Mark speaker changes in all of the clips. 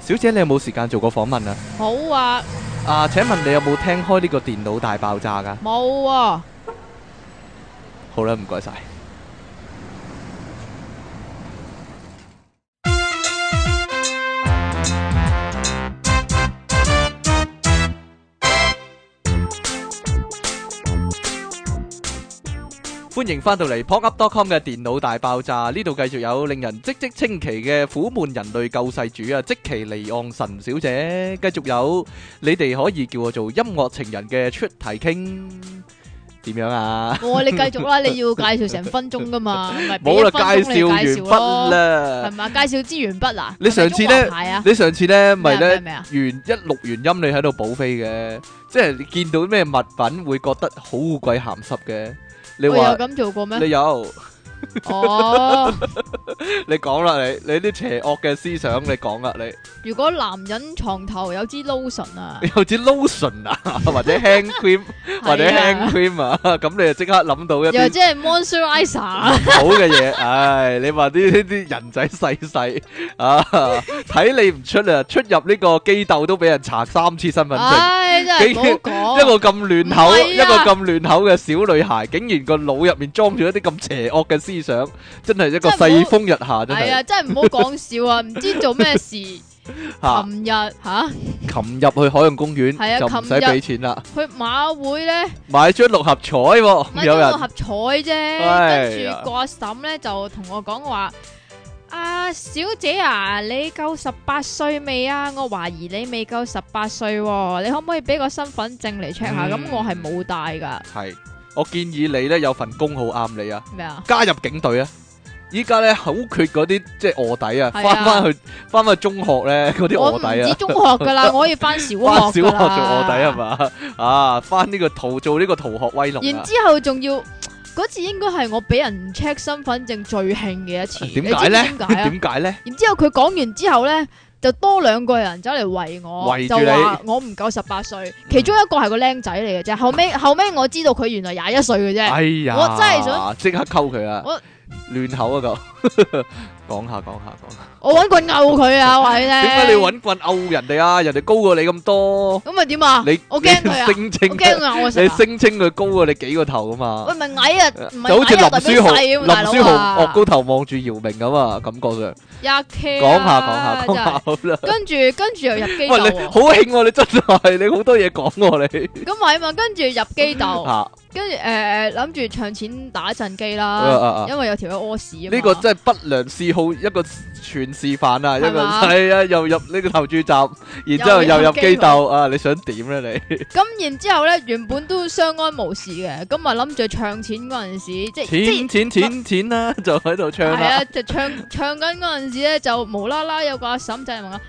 Speaker 1: 小姐，你有冇時間做個訪問啊？
Speaker 2: 好啊，
Speaker 1: 啊，請問你有冇聽開呢個電腦大爆炸噶？
Speaker 2: 冇啊，
Speaker 1: 好啦，唔該晒。歡迎翻到嚟 pocket.com 嘅電腦大爆炸，呢度繼續有令人嘖嘖稱奇嘅苦悶人類救世主啊，即其離岸神小姐，繼續有你哋可以叫我做音樂情人嘅出題傾，點樣啊？
Speaker 2: 我你繼續 啦，你要介紹成分鐘噶嘛，咪俾
Speaker 1: 冇啦，
Speaker 2: 一分鐘
Speaker 1: 介
Speaker 2: 你介
Speaker 1: 紹完
Speaker 2: 紹
Speaker 1: 畢
Speaker 2: 咯，
Speaker 1: 啦
Speaker 2: 係。嘛？介紹資源筆啊？
Speaker 1: 你上次呢
Speaker 2: 係咪中華牌啊？
Speaker 1: 你上次
Speaker 2: Dạ,
Speaker 1: 咧咪咧
Speaker 2: 咩啊
Speaker 1: 完一錄完音，你喺度補飛嘅，即係你見到咩物品會覺得好鬼鹹濕嘅，你
Speaker 2: 我有
Speaker 1: 話
Speaker 2: 咁做過咩？
Speaker 1: 你有，
Speaker 2: 哦，
Speaker 1: 你講啦，你你啲邪惡嘅思想，你講啦，你
Speaker 2: 如果男人床頭有支 lotion 啊，
Speaker 1: 有支 lotion 啊，或者 hand cream 或者
Speaker 2: 係
Speaker 1: hand
Speaker 2: 啊
Speaker 1: cream 啊， 咁你就即刻諗到一
Speaker 2: 又
Speaker 1: 啲
Speaker 2: 或者係 moisturizer 啊
Speaker 1: 好嘅嘢，唉，你話啲呢啲人仔細細啊，睇你唔出啊，出入呢個機鬥都俾人查三次身份證。
Speaker 2: 唉，真係唔好
Speaker 1: 一
Speaker 2: 講。
Speaker 1: 個咁亂口，
Speaker 2: 唔係啊
Speaker 1: 一個咁亂口嘅小女孩，竟然個腦入面裝住一啲咁邪惡嘅思想，真係一個世風日下，真
Speaker 2: 係
Speaker 1: 係
Speaker 2: 啊，真係唔好講笑啊！唔知做咩事， 琴
Speaker 1: 吓，
Speaker 2: 日吓
Speaker 1: 擒入去海洋公
Speaker 2: 係
Speaker 1: 園
Speaker 2: 啊
Speaker 1: 就唔使俾錢啦，
Speaker 2: 去馬會咧
Speaker 1: 買張六合彩喎，
Speaker 2: 買
Speaker 1: 有
Speaker 2: 咗
Speaker 1: 人
Speaker 2: 六合彩啫，
Speaker 1: 哎
Speaker 2: 跟
Speaker 1: 呀
Speaker 2: 住個阿嬸咧就同我講話：啊，小姐啊，你夠十八歲未啊？我懷疑你未夠十八歲喎，你可唔可以俾個身份證嚟 check 下？
Speaker 1: 嗯
Speaker 2: 咁我係冇帶噶，
Speaker 1: 係，我建議你呢，有份工好啱你啊，
Speaker 2: 咩啊？
Speaker 1: 加入警隊啊！依家呢，好缺嗰啲即係臥底啊，
Speaker 2: 係啊
Speaker 1: 翻翻去翻翻去中學呢，嗰啲
Speaker 2: 我唔
Speaker 1: 臥底啊
Speaker 2: 止。中學噶啦，我可以翻小 學
Speaker 1: 翻小學
Speaker 2: 㗎
Speaker 1: 做
Speaker 2: 啦
Speaker 1: 卧底係？嘛？啊，翻呢個逃做呢個逃學威龍啊
Speaker 2: 然！之後仲要嗰次應該係我俾人 check 身份證最興嘅一次，
Speaker 1: 點
Speaker 2: 你知唔
Speaker 1: 解
Speaker 2: 知
Speaker 1: 咧？
Speaker 2: 點 解啊？
Speaker 1: 點解咧？
Speaker 2: 然之後佢講完之後咧，就多兩個人走嚟圍我，
Speaker 1: 圍
Speaker 2: 就
Speaker 1: 住你
Speaker 2: 話我唔夠十八歲，其中一個係個僆仔嚟嘅啫。後尾後尾我知道佢原來廿一歲嘅啫。
Speaker 1: 哎呀，
Speaker 2: 我真係想
Speaker 1: 即刻溝佢啊！
Speaker 2: 我
Speaker 1: 亂口啊咁， 講下講下講下，
Speaker 2: 我揾棍毆佢啊，話你聽。
Speaker 1: 點解你揾棍毆人哋啊？人哋高過你咁多，
Speaker 2: 咁咪點啊？
Speaker 1: 你
Speaker 2: 我驚佢啊
Speaker 1: 你聲
Speaker 2: 我
Speaker 1: 稱
Speaker 2: 驚佢咬我食
Speaker 1: 你
Speaker 2: 啊！
Speaker 1: 聲稱佢高過你幾個頭啊嘛
Speaker 2: 喂，？咪矮啊，唔
Speaker 1: 就好似
Speaker 2: 係
Speaker 1: 林
Speaker 2: 矮啊，代表
Speaker 1: 書豪，
Speaker 2: 細啊嘛，大
Speaker 1: 林書
Speaker 2: 佬
Speaker 1: 豪
Speaker 2: 啊
Speaker 1: 岳。高頭望住姚明咁啊，感覺上
Speaker 2: 廿 K
Speaker 1: 講下講下講下
Speaker 2: 真係啊
Speaker 1: 好啦。
Speaker 2: 跟住跟住又入機
Speaker 1: 喂，你
Speaker 2: 鬥
Speaker 1: 好
Speaker 2: 喎，
Speaker 1: 興喎，你真係你好多嘢講喎，你啊
Speaker 2: 咁咪嘛？跟住入機鬥，
Speaker 1: 嚇
Speaker 2: 跟住誒諗住唱錢打一陣機
Speaker 1: 啊
Speaker 2: 啦，
Speaker 1: 啊啊！
Speaker 2: 因為有條友屙屎啊嘛。
Speaker 1: 呢個真係不良嗜好一個全示範啊！一
Speaker 2: 係
Speaker 1: 個
Speaker 2: 嘛
Speaker 1: 係啊，又入呢個投注站，然之後
Speaker 2: 又
Speaker 1: 又
Speaker 2: 入
Speaker 1: 入
Speaker 2: 機
Speaker 1: 機鬥啊！你想點咧？你
Speaker 2: 咁然之後咧，原本都相安無事嘅，咁咪諗住唱錢嗰陣時， 即即
Speaker 1: 錢錢錢錢啦， 就喺度唱
Speaker 2: 係
Speaker 1: 啦。
Speaker 2: 啊，就唱唱緊嗰陣時咧，就無啦啦有個阿嬸仔問我：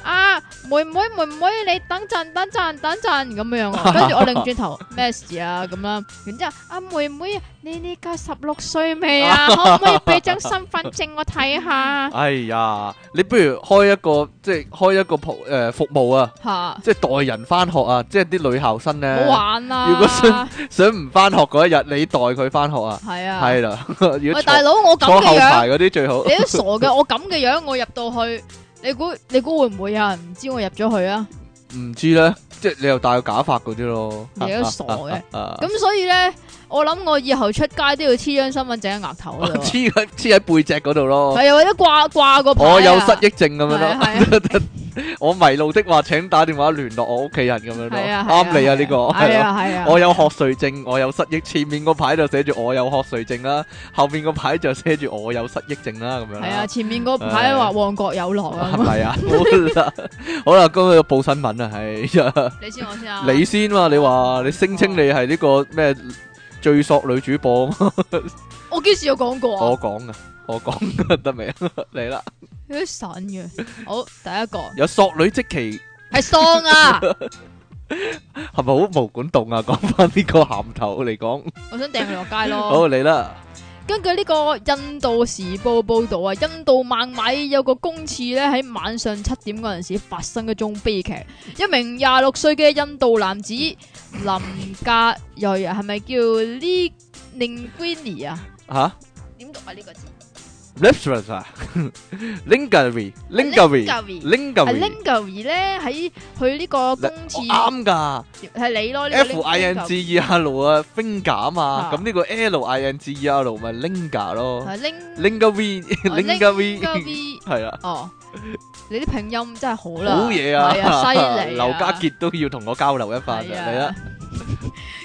Speaker 2: 啊，妹妹妹妹，你等陣等陣等陣咁樣 啊。跟住我擰轉頭，咩事啊咁啦。然之後，啊妹妹，你呢家十六歲未啊？ 可唔可以俾張身份證我睇下？
Speaker 1: 哎呀，你不如開一個即係開一個服誒服務啊，
Speaker 2: 吓，
Speaker 1: 即係代人翻學啊，即係啲女校生
Speaker 2: 冇
Speaker 1: 咧，
Speaker 2: 玩啊
Speaker 1: 如果
Speaker 2: 啦
Speaker 1: 想，想唔翻學嗰一日，你代佢翻學啊，
Speaker 2: 係啊，
Speaker 1: 係啦， 如果
Speaker 2: 喂
Speaker 1: 坐
Speaker 2: 大佬，我咁
Speaker 1: 坐
Speaker 2: 嘅
Speaker 1: 後
Speaker 2: 樣。
Speaker 1: 排嗰啲最好
Speaker 2: 你。都傻嘅， 我咁嘅樣，我入到去，你估你估會唔會有人唔知我入咗去啊？
Speaker 1: 唔知咧，即係你又戴個假髮嗰啲咯。
Speaker 2: 你都傻 嘅，
Speaker 1: 啊
Speaker 2: 咁所以咧，我諗我以後出街都要黐張身份證喺額頭嗰度啊，
Speaker 1: 黐喺黐喺背脊嗰度咯。
Speaker 2: 係啊，或者掛掛個牌啊
Speaker 1: 我有失憶症咁樣
Speaker 2: 係啊啊
Speaker 1: 咯。 我迷路的話，請打電話聯絡我屋企人咁樣咯。
Speaker 2: 係啊，
Speaker 1: 啱你啊呢個
Speaker 2: 係
Speaker 1: 係啊。
Speaker 2: 啊係啊，
Speaker 1: 我有瞌睡症，我有失憶。前面個牌就寫住我有瞌睡症啦，後面個牌就寫住我有失憶症啦，咁樣
Speaker 2: 係啊，
Speaker 1: 啦。
Speaker 2: 前面嗰牌話旺角有落
Speaker 1: 係
Speaker 2: 啊，
Speaker 1: 咪啊？好啦，好啦，今日報新聞啊，係呀
Speaker 2: 你先我先啊，
Speaker 1: 你先嘛？你話你聲稱你係呢個咩最索女主播啊嘛？
Speaker 2: 我幾時有講過啊？
Speaker 1: 我講噶，我講噶得未啊？嚟啦，
Speaker 2: 你都神嘅，好第一個
Speaker 1: 有索女即期。
Speaker 2: 係 喪啊，
Speaker 1: 係咪好毛管動啊？講翻呢個鹹頭嚟講，
Speaker 2: 我想掟佢落街咯。
Speaker 1: 好嚟啦，
Speaker 2: 根據呢個印度時報報導啊，印度孟買有個公廁咧喺晚上七點嗰陣時發生一宗悲劇，一名廿六歲嘅印度男子林家瑞啊，係咪叫 Lee Linguini 啊？
Speaker 1: 吓
Speaker 2: 點讀啊呢個字？
Speaker 1: Lingerie，Lingerie，Lingerie，
Speaker 2: Lingerie 咧喺佢呢個公廁
Speaker 1: 啱㗎。
Speaker 2: 係你咯，呢個
Speaker 1: F I N G E R 啊，finger 啊嘛，咁呢個 L I N G E R 咪 linger 咯
Speaker 2: 係 Ling
Speaker 1: ，linger V，linger V，
Speaker 2: Lingerie
Speaker 1: 係啦，
Speaker 2: 哦，你啲拼音真係好啦，
Speaker 1: 好嘢啊
Speaker 2: 係啊，犀利 啊，
Speaker 1: 劉家傑都要同我交流 一番啊，
Speaker 2: 係啊
Speaker 1: 嚟啦，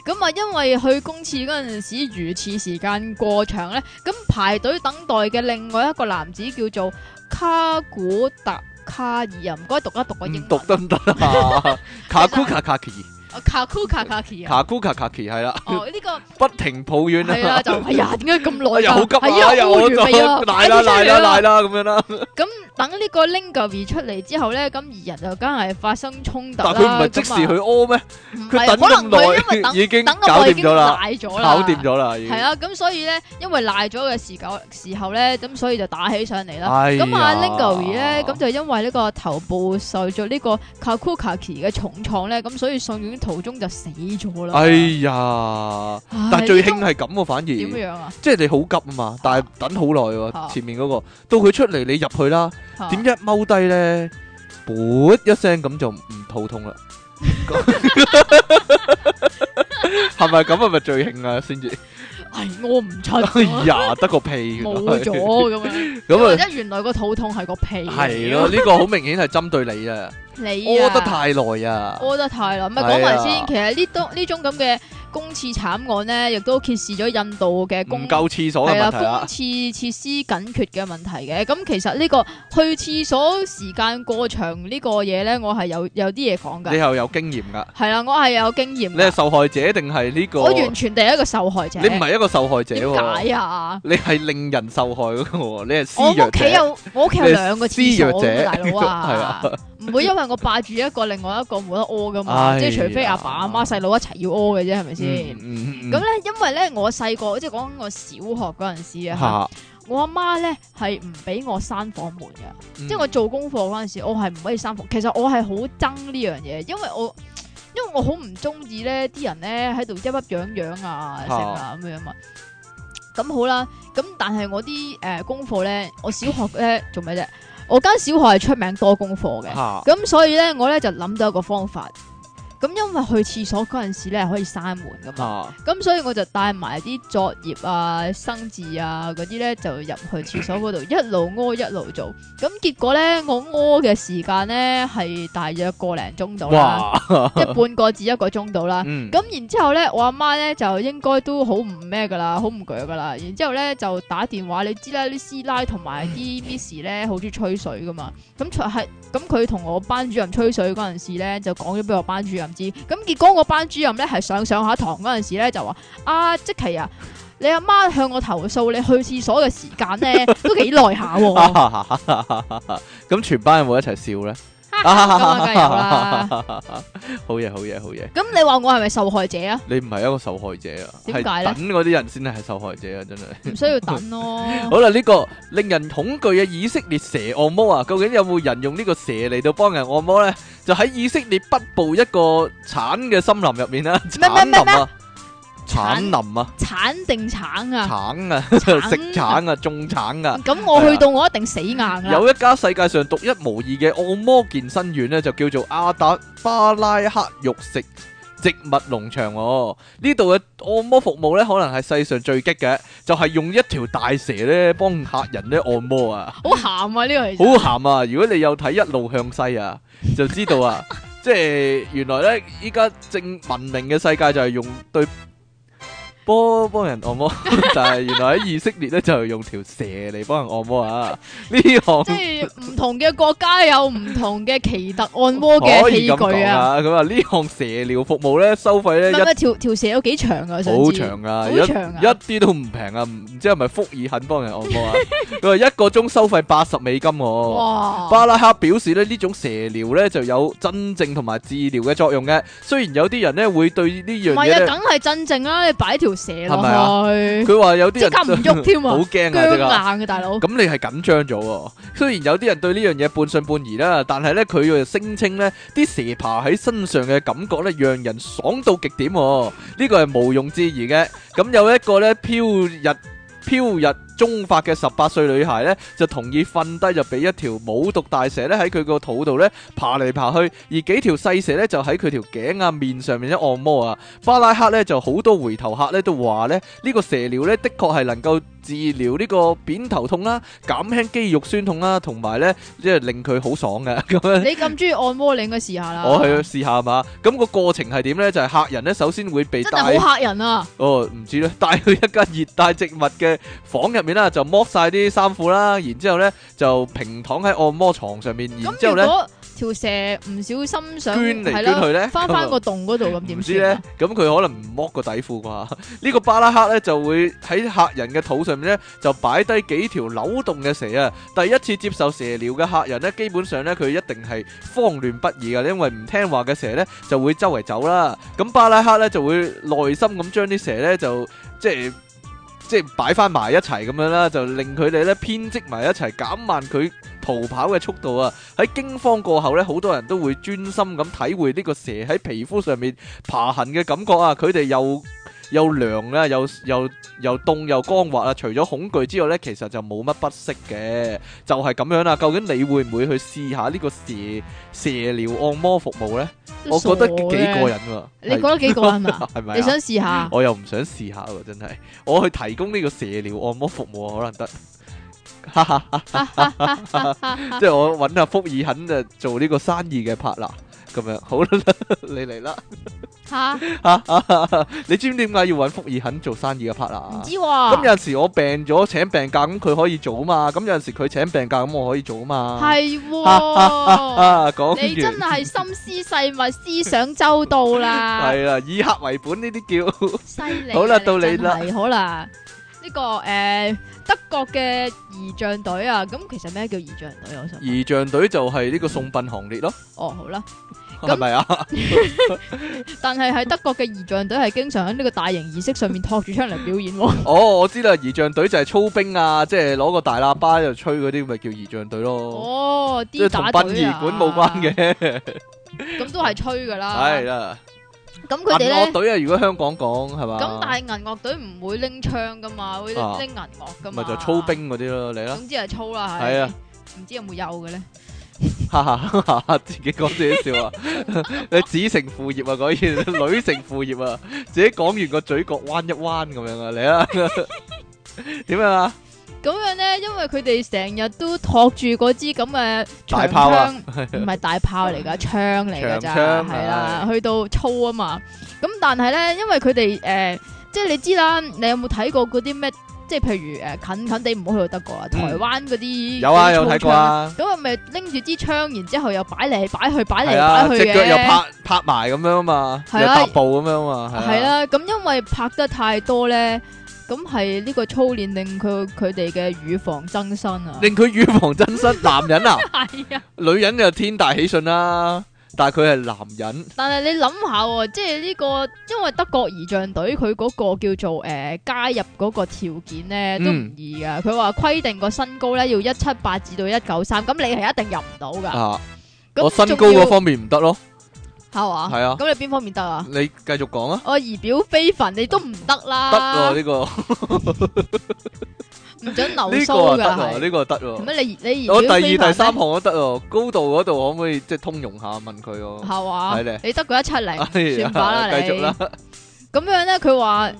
Speaker 2: 咁啊，因為去公廁嗰陣時如廁時間過長咧，咁排隊等待嘅另外一個男子叫做卡古特卡爾啊，唔該讀一讀個英
Speaker 1: 唔
Speaker 2: 文。
Speaker 1: 讀得唔得啊？卡庫卡卡奇，
Speaker 2: 啊卡庫卡卡奇啊！
Speaker 1: 卡庫卡卡奇係 啦，
Speaker 2: 哦，呢個
Speaker 1: 不停抱怨
Speaker 2: 係啦，
Speaker 1: 啊，
Speaker 2: 就哎呀，點解咁
Speaker 1: 哎
Speaker 2: 耐
Speaker 1: 呀
Speaker 2: 㗎？
Speaker 1: 好急
Speaker 2: 哎
Speaker 1: 啊，哎呀
Speaker 2: 屙
Speaker 1: 我
Speaker 2: 完
Speaker 1: 就
Speaker 2: 未啊
Speaker 1: 賴啦賴啦賴
Speaker 2: 啦！
Speaker 1: 啦咁樣啦，
Speaker 2: 咁等呢個 Lingerie 出嚟之後咧，咁二人就梗係發生衝突
Speaker 1: 但
Speaker 2: 啦。
Speaker 1: 佢唔係即時去
Speaker 2: 咁啊，
Speaker 1: 屙咩？
Speaker 2: 唔
Speaker 1: 佢
Speaker 2: 係
Speaker 1: 等
Speaker 2: 可能佢因為
Speaker 1: 咁耐
Speaker 2: 等
Speaker 1: 已經
Speaker 2: 等
Speaker 1: 搞
Speaker 2: 咁耐已
Speaker 1: 掂
Speaker 2: 經
Speaker 1: 咗啦，
Speaker 2: 賴咗啦，
Speaker 1: 搞掂咗啦，已經
Speaker 2: 系。啦，啊咁所以咧，因為賴咗嘅時候時候咧，咁所以就打起上嚟啦。
Speaker 1: 哎呀
Speaker 2: 咁啊 l i n g o r 咧，咁就因為呢個頭部受咗呢個 Kakukaki 嘅重創咧，咁所以送院途中就死咗啦。
Speaker 1: 哎呀！
Speaker 2: 唉，
Speaker 1: 但最
Speaker 2: 呢
Speaker 1: 興
Speaker 2: 種
Speaker 1: 係咁喎，反而
Speaker 2: 點
Speaker 1: 即
Speaker 2: 樣啊？
Speaker 1: 係你好急啊嘛，但係等好耐
Speaker 2: 啊
Speaker 1: 喎。前面嗰個到佢出嚟，你入去啦，
Speaker 2: 嚇
Speaker 1: 點一踎低咧，噗一聲咁就唔肚痛 啦。係咪咁？係咪最興啊？先至
Speaker 2: 唉，我唔 出，啊
Speaker 1: 哎呀，得個屁原來
Speaker 2: 冇咗 咁樣。
Speaker 1: 咁
Speaker 2: 或
Speaker 1: 啊，
Speaker 2: 者原來個肚痛係個屁。
Speaker 1: 係咯，，呢個好明顯係針對你 啊，
Speaker 2: 你啊
Speaker 1: 屙得太耐啊，
Speaker 2: 屙得太啦，唔係
Speaker 1: 係
Speaker 2: 講埋
Speaker 1: 啊
Speaker 2: 先。其實呢種呢種咁嘅公廁慘案咧，亦都揭示咗印度嘅
Speaker 1: 唔
Speaker 2: 公
Speaker 1: 夠廁所嘅
Speaker 2: 係
Speaker 1: 問
Speaker 2: 啊啦，
Speaker 1: 題啊
Speaker 2: 公
Speaker 1: 啦
Speaker 2: 廁。設施緊缺嘅問題嘅，咁其實呢個去廁所時間過長呢個嘢咧，我係有有啲嘢講
Speaker 1: 你
Speaker 2: 㗎，
Speaker 1: 又有經驗㗎，
Speaker 2: 係啦，啊我係有經驗
Speaker 1: 你係
Speaker 2: 㗎，
Speaker 1: 受害者定係呢個？
Speaker 2: 我完全地係一個受害者。
Speaker 1: 你唔係一個受害者
Speaker 2: 點
Speaker 1: 喎。
Speaker 2: 解啊？
Speaker 1: 你係令人受害嗰個 喎，你係施
Speaker 2: 我
Speaker 1: 虐
Speaker 2: 屋企
Speaker 1: 者，
Speaker 2: 有我屋企有兩個廁所
Speaker 1: 施虐
Speaker 2: 㗎
Speaker 1: 者
Speaker 2: 大佬
Speaker 1: 係
Speaker 2: 啊
Speaker 1: 啊，
Speaker 2: 唔會因為我霸住一個，另外一個冇得屙㗎
Speaker 1: 哎
Speaker 2: 嘛，
Speaker 1: 呀
Speaker 2: 即係除非阿爸阿媽細佬一齊要屙嘅啫，係咪
Speaker 1: 嗯
Speaker 2: 先？咁咧，因為咧我細個即係講緊我小學嗰陣時啊，
Speaker 1: 嚇，
Speaker 2: 我阿媽咧係唔俾我閂房門嘅。
Speaker 1: 即
Speaker 2: 即係我做功課嗰陣時，我係唔可以三伏。其實我係好憎呢樣嘢，因為我因為我好唔中意咧，啲人咧喺度一粒樣樣啊，成啊咁樣嘛。咁好啦，咁但係我啲誒、呃功課咧，我小學咧做咩啫？我間小學係出名多功課嘅，
Speaker 1: 嚇
Speaker 2: 咁所以咧我咧就諗到一個方法。咁因為去廁所嗰陣時咧係可以閂門噶嘛，
Speaker 1: 嚇
Speaker 2: 咁所以我就帶埋啲作業啊、生字啊嗰啲咧，就入去廁所嗰度一路屙一路做。咁結果咧，我屙嘅時間咧係大約個零鐘度啦，
Speaker 1: 哇，
Speaker 2: 即係半個至一個鐘度啦。
Speaker 1: 嗯，
Speaker 2: 咁然之後咧，我阿媽咧就應該都好唔咩噶啦，好唔鋸噶啦。然之後咧就打電話，你知啦，啲師奶同埋
Speaker 1: 嗯
Speaker 2: 啲 miss 咧好中意吹水噶嘛。咁除係咁佢同我班主任吹水嗰陣時咧，就講咗俾我班主任知。咁結果我班主任咧係上上下堂嗰陣時咧就話：啊，即奇啊，你阿媽向我投訴你去廁所嘅時 間咧都幾耐下喎。咁
Speaker 1: 咁全班有冇一齊笑咧？
Speaker 2: 啊，梗係有 啦。
Speaker 1: 好嘢，好嘢，好嘢！
Speaker 2: 咁你 話我係咪受害者啊？
Speaker 1: 你唔係一個受害者啊，係
Speaker 2: 點解呢
Speaker 1: 等嗰啲人先係受害者啊，真係。
Speaker 2: 唔需要等咯。
Speaker 1: 好啦，呢個令人恐懼嘅以色列蛇按摩啊，究竟有冇人用呢個蛇嚟到幫人按摩咧？就喺以色列北部一個橙嘅森林入面啦，
Speaker 2: 咩
Speaker 1: 橙
Speaker 2: 咩
Speaker 1: 林
Speaker 2: 咩
Speaker 1: 啊，橙
Speaker 2: 橙
Speaker 1: 林啊。
Speaker 2: 鏟定橙啊！
Speaker 1: 橙啊，
Speaker 2: 橙
Speaker 1: 食橙啊，種 橙啊。
Speaker 2: 咁我去到我一定死硬啊啦。
Speaker 1: 有一家世界上獨一無二嘅按摩健身院呢，就叫做阿達巴拉克肉食植物農場哦。呢度嘅按摩服務呢，可能係世上最激嘅，就係、用一條大蛇呢幫客人呢按摩啊。
Speaker 2: 好鹹啊呢個其
Speaker 1: 好
Speaker 2: 實
Speaker 1: 鹹啊！如果你有睇一路向西啊，就知道 啊，即係原來咧，依家正文明嘅世界就係用對波幫人按摩， 但係原來喺以色列咧就係用條蛇嚟幫人按摩啊！呢項
Speaker 2: 即係唔同嘅國家有唔同嘅奇特按摩
Speaker 1: 可
Speaker 2: 嘅器
Speaker 1: 以咁
Speaker 2: 具
Speaker 1: 講
Speaker 2: 啊。
Speaker 1: 啊！咁啊，呢項蛇療服務咧收費咧
Speaker 2: 唔係唔
Speaker 1: 一
Speaker 2: 係條條蛇有幾長啊？我想知
Speaker 1: 好長啊，
Speaker 2: 好
Speaker 1: 一
Speaker 2: 長啊
Speaker 1: 一啲都唔平啊！唔知係咪福爾肯幫人按摩啊？佢話一個鐘收費八十美金喎。
Speaker 2: 哇！
Speaker 1: 巴拉克表示咧，呢種蛇療咧就有真正同埋治療嘅作用嘅。雖然有啲人咧會對呢
Speaker 2: 唔
Speaker 1: 樣
Speaker 2: 係
Speaker 1: 嘢
Speaker 2: 啊，
Speaker 1: 咧，
Speaker 2: 梗係真正啦，你擺條蛇
Speaker 1: 係咪啊
Speaker 2: 落去，
Speaker 1: 佢話有啲人
Speaker 2: 即刻唔喐添啊
Speaker 1: 好驚啊！
Speaker 2: 僵
Speaker 1: 即刻
Speaker 2: 硬嘅大佬。
Speaker 1: 咁你係緊張咗喎。雖然有啲人對呢樣嘢半信半疑啦，但係咧佢又聲稱咧啲蛇爬喺身上嘅感覺咧，讓人爽到極點喎。呢個係毋庸置疑嘅。咁有一個咧飄逸飄逸中法嘅十八歲女孩呢，就同意瞓低就俾一條冇毒大蛇呢喺佢個肚度呢爬嚟爬去，而幾條細蛇呢就喺佢條頸啊面上面咧按摩啊。巴拉克呢就好多回頭客呢都話呢，呢、個蛇療呢的確係能夠治療呢個扁頭痛啦、減輕肌肉酸痛啦，同埋呢即係令佢好爽嘅咁樣。
Speaker 2: 你咁中意按摩，你應該試下啦。
Speaker 1: 我哦去試下嘛，咁、個過程係點呢？就係、客人呢首先會被
Speaker 2: 真
Speaker 1: 帶
Speaker 2: 係好嚇人啊！
Speaker 1: 哦，唔知咧，帶去一間熱帶植物嘅房入面啦，就剝晒啲衫褲啦，然之後咧就平躺喺按摩床上面，然之後
Speaker 2: 咁如
Speaker 1: 咧
Speaker 2: 果條蛇唔小心想
Speaker 1: 捐嚟捐
Speaker 2: 係
Speaker 1: 去
Speaker 2: 啦，
Speaker 1: 咧
Speaker 2: 翻翻個洞嗰度 咁
Speaker 1: 唔
Speaker 2: 點
Speaker 1: 知
Speaker 2: 算
Speaker 1: 咧
Speaker 2: 啊？，
Speaker 1: 咁佢可能唔剝個底褲啩？ 呢個巴拉克咧就會喺客人嘅肚上面咧就擺低幾條扭動嘅蛇啊！第一次接受蛇療嘅客人咧，基本上咧佢一定係慌亂不已嘅，因為唔聽話嘅蛇咧就會周圍走啦。咁巴拉克咧就會耐心咁將啲蛇咧就即係。即係擺翻埋一齊咁樣啦，就令佢哋咧編織埋一齊，減慢佢逃跑嘅速度啊！喺驚慌過後咧，好多人都會專心咁體會呢個蛇喺皮膚上面爬行嘅感覺啊！佢哋又又涼啦，又又又凍又光滑啊！除咗恐懼之外咧，其實就冇乜不適嘅，就係、咁樣啦。究竟你會唔會去試下呢個蛇蛇療按摩服務咧？我覺得幾過
Speaker 2: 人，
Speaker 1: 癮喎！
Speaker 2: 你覺得幾過癮 啊？
Speaker 1: 係咪
Speaker 2: 你想
Speaker 1: 啊？
Speaker 2: 試下？
Speaker 1: 我又唔想試下喎，真 係我去提供呢個蛇療按摩服務啊可能得。 哈哈即係我揾阿福爾肯就做呢個生意嘅 partner 咁樣，好啦， 你嚟啦。
Speaker 2: 吓，
Speaker 1: 你知唔知點解要揾福爾肯做生意嘅 partner
Speaker 2: 唔
Speaker 1: 啊
Speaker 2: 知？
Speaker 1: 咁
Speaker 2: 喎，
Speaker 1: 有陣時我病咗請病假，咁佢可以做啊嘛。咁有陣時佢請病假，咁我可以做啊嘛。
Speaker 2: 係喎，
Speaker 1: 啊，講
Speaker 2: 你真
Speaker 1: 完
Speaker 2: 係心思細密，思想周到啦，
Speaker 1: 係啦，以客為本呢啲叫
Speaker 2: 犀利啊。
Speaker 1: 好啦到你啦
Speaker 2: 真係好啦，呢個诶德國嘅儀仗隊啊，咁其實咩叫儀仗隊啊？我想問
Speaker 1: 儀仗隊就係呢個送殯行列咯，
Speaker 2: 哦，好啦。咁
Speaker 1: 係咪啊？
Speaker 2: 但係喺德國嘅儀仗隊係經常喺呢個大型儀式上面托住出嚟表演喎。
Speaker 1: 哦，我知啦，儀仗隊就係操兵啊，即係攞個大喇叭就吹嗰啲，咪叫儀仗隊咯。
Speaker 2: 哦，
Speaker 1: 即係
Speaker 2: 啲
Speaker 1: 同
Speaker 2: 打
Speaker 1: 殯
Speaker 2: 隊
Speaker 1: 儀
Speaker 2: 啊，
Speaker 1: 館冇關，嘅，
Speaker 2: 咁都係吹噶啦。
Speaker 1: 係啦。
Speaker 2: 啊咁佢哋
Speaker 1: 銀
Speaker 2: 咧
Speaker 1: 樂，隊啊，如果香港講係嘛？
Speaker 2: 咁但係銀樂隊唔會拎槍噶嘛，會
Speaker 1: 啊
Speaker 2: 拎銀樂噶嘛。
Speaker 1: 咪就操，兵嗰啲咯，你啦，
Speaker 2: 總之係操啦，係
Speaker 1: 啊係啊，
Speaker 2: 唔知有冇有嘅咧？
Speaker 1: 哈哈哈哈，自己講自己笑啊， 你子承父業啊，嗰啲女承父業啊，自己講完個嘴角彎一彎咁樣啊， 你啦，點樣啊？
Speaker 2: 咁樣咧，因為佢哋成日都托住嗰支咁嘅
Speaker 1: 大
Speaker 2: 長
Speaker 1: 炮啊
Speaker 2: 槍，唔係大炮嚟噶，槍嚟噶咋，
Speaker 1: 長槍
Speaker 2: 係啦，去到粗啊嘛。咁但係咧，因為佢哋誒，即係你知啦，你有冇睇過嗰啲咩？即係譬如誒、近近地唔好去到德國啊，
Speaker 1: 嗯
Speaker 2: 台灣嗰啲
Speaker 1: 有啊，
Speaker 2: 嗰啲
Speaker 1: 有
Speaker 2: 粗
Speaker 1: 睇過啊，
Speaker 2: 槍。咁啊，咪拎住支槍，然之後又擺嚟擺去，擺嚟
Speaker 1: 係啊，
Speaker 2: 擺
Speaker 1: 隻
Speaker 2: 去
Speaker 1: 腳又
Speaker 2: 嘅。
Speaker 1: 拍拍埋咁樣啊嘛，又
Speaker 2: 係啊
Speaker 1: 踏步咁樣啊嘛，
Speaker 2: 係
Speaker 1: 啊，
Speaker 2: 啦，咁因為拍得太多咧，咁係呢個操練令佢佢哋嘅乳房增生啊。
Speaker 1: 令佢預防真身，男人啊，
Speaker 2: 係啊。
Speaker 1: 女人就天大喜訊啦，但係佢係男人，
Speaker 2: 但系你諗下、喎，即係呢、個，因為德國儀仗隊佢嗰個叫做诶、呃加入嗰個條件咧
Speaker 1: 嗯
Speaker 2: 都唔易噶，佢話規定個身高咧要一七八至到一九三，咁你係一定入唔到噶。
Speaker 1: 啊，
Speaker 2: 咁
Speaker 1: 我身高
Speaker 2: 仲要
Speaker 1: 嗰方面唔得咯，
Speaker 2: 係嘛？
Speaker 1: 係啊
Speaker 2: 咁你邊方面得啊？
Speaker 1: 你繼續講啊。
Speaker 2: 我儀表非凡，你都唔得
Speaker 1: 得喎
Speaker 2: 啦，
Speaker 1: 呢個，
Speaker 2: 唔准留
Speaker 1: 呢個
Speaker 2: 須
Speaker 1: 啊得
Speaker 2: 噶
Speaker 1: 喎，
Speaker 2: 係。
Speaker 1: 呢個得喎。
Speaker 2: 咁你你
Speaker 1: 我
Speaker 2: 儀
Speaker 1: 第
Speaker 2: 表
Speaker 1: 二、
Speaker 2: 非
Speaker 1: 第
Speaker 2: 凡
Speaker 1: 三項都得喎，高度嗰度可唔可以即係通融下問佢
Speaker 2: 係
Speaker 1: 喎？
Speaker 2: 嘛？
Speaker 1: 係咧哎
Speaker 2: 你得個一七零，算把啦你。
Speaker 1: 繼續啦，
Speaker 2: 咁樣咧，佢話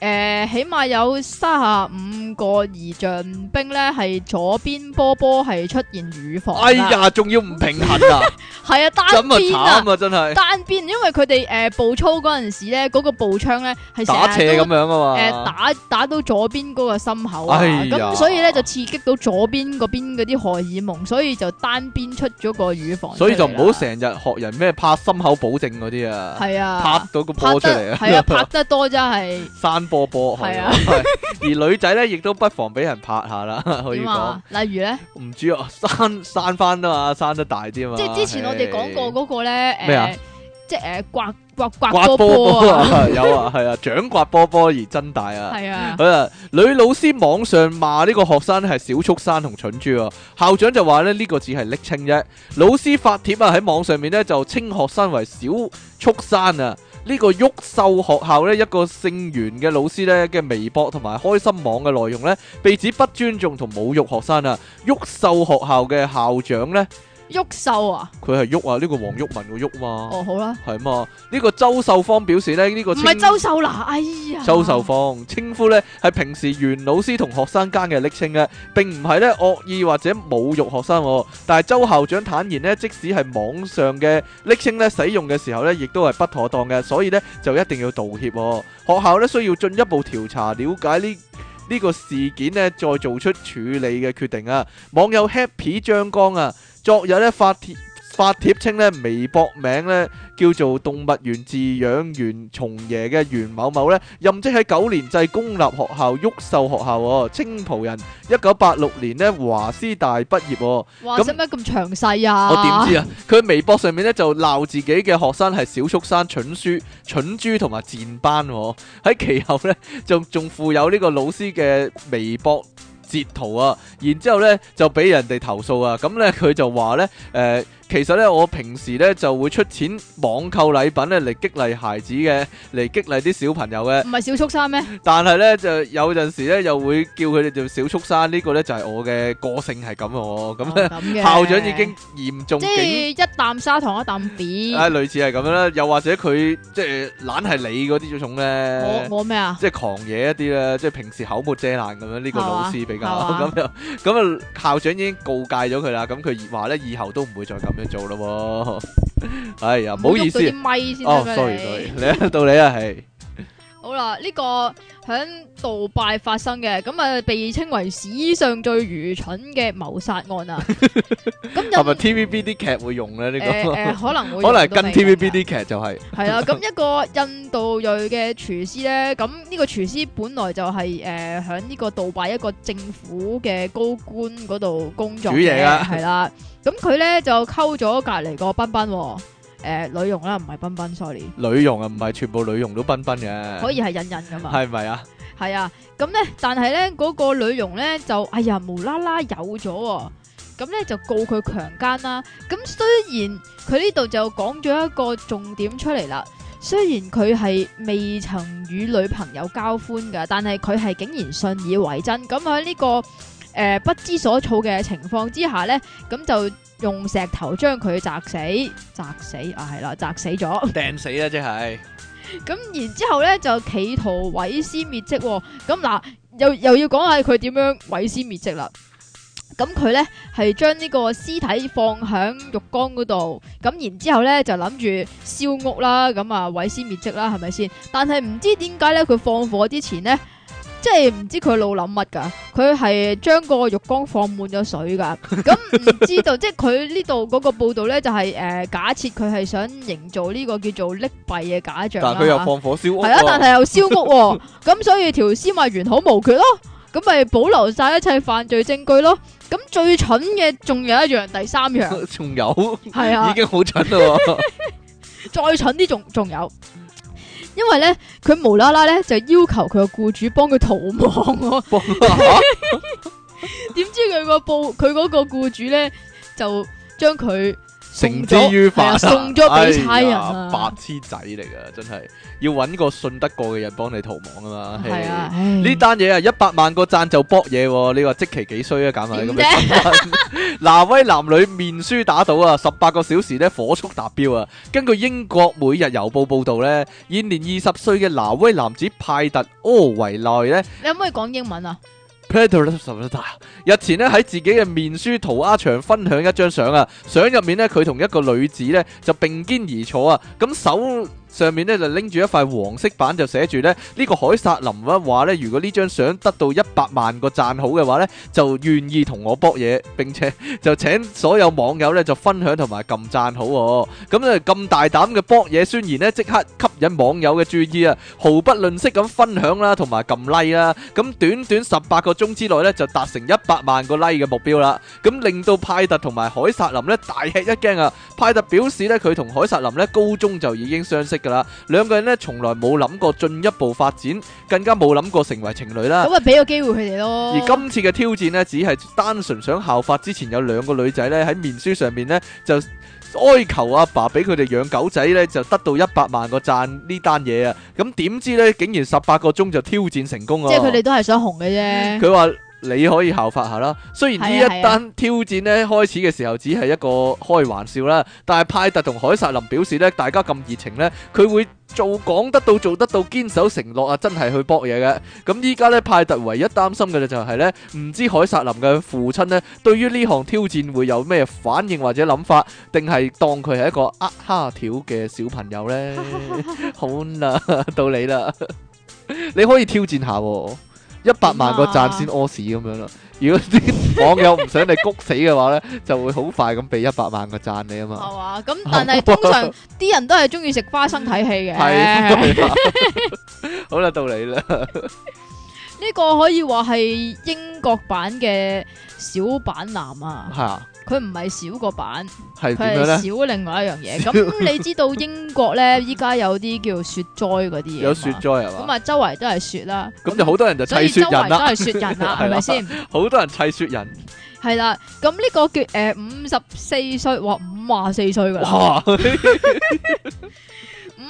Speaker 2: 诶，起碼有三十五個儀仗兵咧，係左邊波波係出現乳房。啊
Speaker 1: 哎，呀，仲要唔平衡啊，
Speaker 2: 係啊，單
Speaker 1: 咁
Speaker 2: 邊
Speaker 1: 啊
Speaker 2: 啊，
Speaker 1: 慘啊，真係
Speaker 2: 單邊，因為佢哋诶步操嗰陣時咧，嗰、個步槍咧係
Speaker 1: 打
Speaker 2: 成日
Speaker 1: 斜咁
Speaker 2: 都
Speaker 1: 樣
Speaker 2: 诶、
Speaker 1: 啊嘛，
Speaker 2: 打打到左邊嗰個心口啊，
Speaker 1: 哎
Speaker 2: 咁、
Speaker 1: 呀
Speaker 2: 所以咧就刺激到左邊嗰邊嗰啲荷爾蒙，所以就單邊出咗個乳房出嚟啦。
Speaker 1: 所以就唔好成日學人咩拍心口保證嗰啲啊，
Speaker 2: 係
Speaker 1: 拍
Speaker 2: 啊，
Speaker 1: 到個
Speaker 2: 拍
Speaker 1: 波出嚟
Speaker 2: 得係啊，拍
Speaker 1: 啊，
Speaker 2: 得多真係
Speaker 1: 山波波
Speaker 2: 係啊
Speaker 1: 係而女仔咧亦都不妨俾人拍下 啦，可以
Speaker 2: 點
Speaker 1: 講
Speaker 2: 啊？例如咧。
Speaker 1: 唔知啊，生生翻啊嘛，生得大啲啊嘛，
Speaker 2: 即係之前我哋講
Speaker 1: 嘿
Speaker 2: 過嗰個咧，
Speaker 1: 咩啊
Speaker 2: 誒，即係誒刮刮刮
Speaker 1: 刮
Speaker 2: 波
Speaker 1: 波波
Speaker 2: 波啊，
Speaker 1: 啊， 有啊，係啊，掌刮波波而增大啊。
Speaker 2: 係 啊，
Speaker 1: 佢啊，女老師網上罵呢個學生係小畜生同蠢豬啊，校長就話咧呢個只係昵稱啫。老師發帖啊喺網上面咧就稱學生為小畜生啊，呢個旭秀學校呢，一個姓袁嘅老師呢嘅微博同埋開心網嘅內容呢，被指不尊重同侮辱學生啊！旭秀學校嘅校長呢，
Speaker 2: 喐秀啊，
Speaker 1: 佢係旭啊，呢、個黃旭文個旭嘛，
Speaker 2: 哦好啦，
Speaker 1: 係嘛？呢、個周秀芳表示呢，呢、個
Speaker 2: 唔
Speaker 1: 稱
Speaker 2: 係周秀娜，哎呀，
Speaker 1: 周秀芳稱呼呢係平時袁老師同學生間嘅昵稱嘅，並唔係呢惡意或者侮辱學生喎。但係周校長坦言呢，即使係網上嘅昵稱呢使用嘅時候呢，亦都係不妥當嘅，所以呢就一定要道歉喎。學校呢需要進一步調查了解呢。呢個事件呢，再做出處理嘅決定啊！網友 Happy 張江啊，昨日呢發帖發帖稱呢微博名呢叫做動物園飼養員松爺嘅袁某某呢，任職喺九年制公立學校旭秀學校喎，青浦人，一九八六年呢華師大畢業喎。
Speaker 2: 哇，
Speaker 1: 咁
Speaker 2: 使乜咁詳細啊？
Speaker 1: 我點知啊？佢微博上面咧就鬧自己嘅學生係小畜生、蠢書、蠢豬同埋賤班喎。喺其後咧，就仲附有呢個老師嘅微博。截圖啊，然之後咧就俾人哋投訴啊，咁咧佢就話咧，誒、其實咧我平時咧就會出錢網購禮品咧嚟激勵孩子嘅，嚟激勵啲小朋友嘅，
Speaker 2: 唔係小畜生咩？
Speaker 1: 但係咧就有陣時咧又會叫佢哋做小畜生，呢、個咧就係我嘅個性係咁喎，咁咧
Speaker 2: 哦嘅
Speaker 1: 校長已經嚴重
Speaker 2: 即
Speaker 1: 警
Speaker 2: 係一啖砂糖一啖扁。
Speaker 1: 啊，類似係咁樣啦，又或者佢即係懶係你嗰啲種咧
Speaker 2: 我，我咩啊？
Speaker 1: 即係狂野一啲咧，即係平時口沫遮攔咁樣。呢、個
Speaker 2: 係嘛
Speaker 1: 老師比較
Speaker 2: 係嘛
Speaker 1: 咁樣，咁啊校長已經告戒咗佢啦。咁佢話咧，以後都唔會再咁樣做咯喎。 哎呀，唔好意思
Speaker 2: 唔好喐到啲咪先
Speaker 1: 哦
Speaker 2: 得㗎
Speaker 1: ，sorry
Speaker 2: 你
Speaker 1: sorry，你 到你啊，係
Speaker 2: 好啦，呢、個喺杜拜發生嘅，咁啊被稱為史上最愚蠢嘅謀殺案 啊！
Speaker 1: 係咪
Speaker 2: 咁有
Speaker 1: TVB 啲劇會用咧？呢、
Speaker 2: 誒
Speaker 1: 個、
Speaker 2: 誒，可 能會
Speaker 1: 可能係跟 TVB
Speaker 2: 啲
Speaker 1: 啲劇就係、
Speaker 2: 係啦。咁一個印度裔嘅廚師咧，咁呢個廚師本來就係誒喺呢個杜拜一個政府嘅高官嗰度工作
Speaker 1: 煮嘢
Speaker 2: 嘅，
Speaker 1: 啊
Speaker 2: 係啦。咁佢咧就溝咗隔離個彬彬喎，誒女傭啦，唔係彬彬，sorry，
Speaker 1: 女傭啊，唔係全部女傭都彬彬嘅，
Speaker 2: 可以係隱隱噶嘛。
Speaker 1: 係咪啊？
Speaker 2: 系啊，咁咧，但系咧嗰個女佣咧就哎呀無啦啦有咗喎，咁咧就告佢強姦啦。咁雖然佢呢度就講咗一個重點出嚟啦，雖然佢係未曾與女朋友交歡噶，但係佢係竟然信以為真。咁喺呢個诶、呃不知所措嘅情況之下咧，咁就用石頭將佢砸死，砸死啊係啦，砸死咗。
Speaker 1: 掟死啦，即係
Speaker 2: 咁然之後咧就企圖毀屍滅跡喎、咁嗱又又要講下佢點樣毀屍滅跡啦。咁佢咧係將呢個屍體放喺浴缸嗰度，咁然之後咧就諗住燒屋啦，咁啊毀屍滅跡啦，係咪先？但係唔知點解咧，佢放火之前咧，即係唔知佢腦諗乜㗎，佢係將個浴缸放滿咗水㗎。咁唔知道，即係佢呢度嗰個報道咧，就係、呃假設佢係想營造呢個叫做溺斃嘅假象
Speaker 1: 但
Speaker 2: 啦
Speaker 1: 係佢又
Speaker 2: 嚇
Speaker 1: 放火燒屋
Speaker 2: 系啊，但
Speaker 1: 喎。
Speaker 2: 系又烧屋、喎，咁所以條司咪完好無缺咯，咁咪保留晒一切犯罪證據咯。咁最蠢嘅仲有一樣，第三 樣
Speaker 1: 仲有。
Speaker 2: 係啊
Speaker 1: 已，經好蠢 咯喎，
Speaker 2: 再蠢啲仲仲有，因為咧佢無啦啦咧就要求佢個僱主幫佢逃亡、喎。
Speaker 1: 幫嚇
Speaker 2: 點知佢個報佢嗰個僱主咧就將佢
Speaker 1: 繩之於法啊，
Speaker 2: 係啊送咗俾差人啊
Speaker 1: 哎呀白痴仔嚟噶，真係要揾個信得過嘅人幫你逃亡啊嘛。
Speaker 2: 係啊，
Speaker 1: 嘿
Speaker 2: 唉
Speaker 1: 呢單嘢啊，一百萬個讚就搏嘢喎，你話即期幾衰啊？減 埋咁
Speaker 2: 點
Speaker 1: 樣，挪威男女面書打賭啊，十八個小時咧火速達標啊！根據英國每日郵報報導咧，現年二十歲嘅挪威男子派特柯維內咧。
Speaker 2: 你可唔可以講英文啊？
Speaker 1: 啊日前咧喺自己嘅面書塗鴉牆分享一張相啊，相入面咧佢同一個女子咧就並肩而坐啊，咁手上面咧就拎住一塊黃色板就寫住咧呢個海撒林啊話咧，如果呢張相得到一百萬個讚好嘅話咧，就願意同我搏嘢，並且就請所有網友咧就分享同埋撳讚好喎。咁咧咁大膽嘅搏嘢宣言咧，即刻吸引網友嘅注意啊！毫不吝惜咁分享啦，同埋撳 like 啦。咁短短十八個鐘之內咧，就達成一百萬個 like 嘅目標啦。咁令到派特同埋海撒林咧大吃一驚啊！派特表示咧，佢同海撒林咧高中就已經相識噶啦。兩個人呢，從來冇諗過進一步發展，更加冇諗過成為情侶啦。
Speaker 2: 咁啊俾個機會佢哋咯。
Speaker 1: 而今次嘅挑戰呢，只係單純想效法之前有兩個女仔呢喺面書上面呢，就哀求阿爸俾佢哋養狗仔呢，就得到一百萬個讚呢單嘢啊！咁點知呢，竟然十八個鐘就挑戰成功啊！
Speaker 2: 即係佢哋都係想紅嘅啫。
Speaker 1: 佢話你可以效法下啦。雖然呢
Speaker 2: 係啊係
Speaker 1: 一
Speaker 2: 啊
Speaker 1: 單挑戰呢開始嘅時候只係一個開玩笑啦，但係派特同凱撒林表示呢，大家咁熱情呢，佢會做講得到做得到，堅守承諾啊，真係去搏嘢嘅。咁依家呢，派特唯一擔心嘅呢就係呢，唔知凱撒林嘅父親呢對於呢項挑戰會有咩反應或者諗法，定係當佢係一個呃蝦條嘅小朋友 呢？好啦， 到你啦，你可以挑戰下喎。一百
Speaker 2: 啊
Speaker 1: 萬個讚先屙屎咁樣啦。如果啲網友唔想你谷死嘅話咧，就會好快咁俾一百萬個讚你啊嘛。
Speaker 2: 係嘛？咁但係通常啲人都係中意食花生睇戲嘅。
Speaker 1: 係係啊好啦，到你啦。
Speaker 2: 呢個可以話係英國版嘅小版男 啊，
Speaker 1: 嚇，
Speaker 2: 佢唔係少個版，
Speaker 1: 係
Speaker 2: 佢
Speaker 1: 點樣
Speaker 2: 係
Speaker 1: 咧？
Speaker 2: 少另外一樣 嘢。咁你知道英國咧依家有啲叫雪災嗰啲嘢嘛，
Speaker 1: 有雪災係
Speaker 2: 啊咁
Speaker 1: 嘛？
Speaker 2: 啊周圍都係雪啦，
Speaker 1: 咁就好多人就
Speaker 2: 所
Speaker 1: 砌
Speaker 2: 以
Speaker 1: 雪
Speaker 2: 周圍
Speaker 1: 人
Speaker 2: 都
Speaker 1: 啦，
Speaker 2: 係雪人啦，
Speaker 1: 係啦
Speaker 2: 係咪先？
Speaker 1: 好多人砌雪人。
Speaker 2: 係啦，咁呢個叫诶五十四歲，哇五啊四歲噶啦，
Speaker 1: 哇！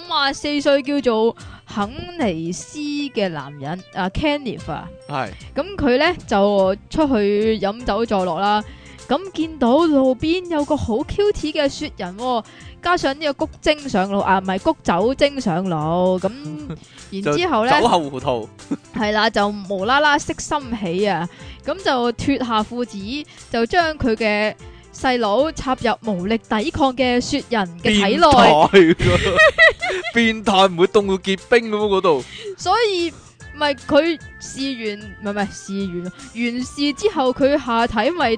Speaker 2: 五啊四歲叫做肯尼斯嘅男人啊 Kenneth 啊。
Speaker 1: 係
Speaker 2: 咁佢咧就出去飲酒助落啦。咁見到路邊有個好 cute 嘅雪人、喎，加上呢個谷精上腦啊，唔係谷酒精上腦。咁 然之後
Speaker 1: 酒
Speaker 2: 咧，
Speaker 1: 後糊塗，
Speaker 2: 係啦，就無啦啦色心起啊，咁就脱下褲子，就將佢嘅細佬插入無力抵抗嘅雪人嘅體
Speaker 1: 變
Speaker 2: 內，
Speaker 1: 態㗎，變態唔會凍到結冰咁嗰度。
Speaker 2: 所以。咪佢試完，唔係唔係試完，完事之後佢下體咪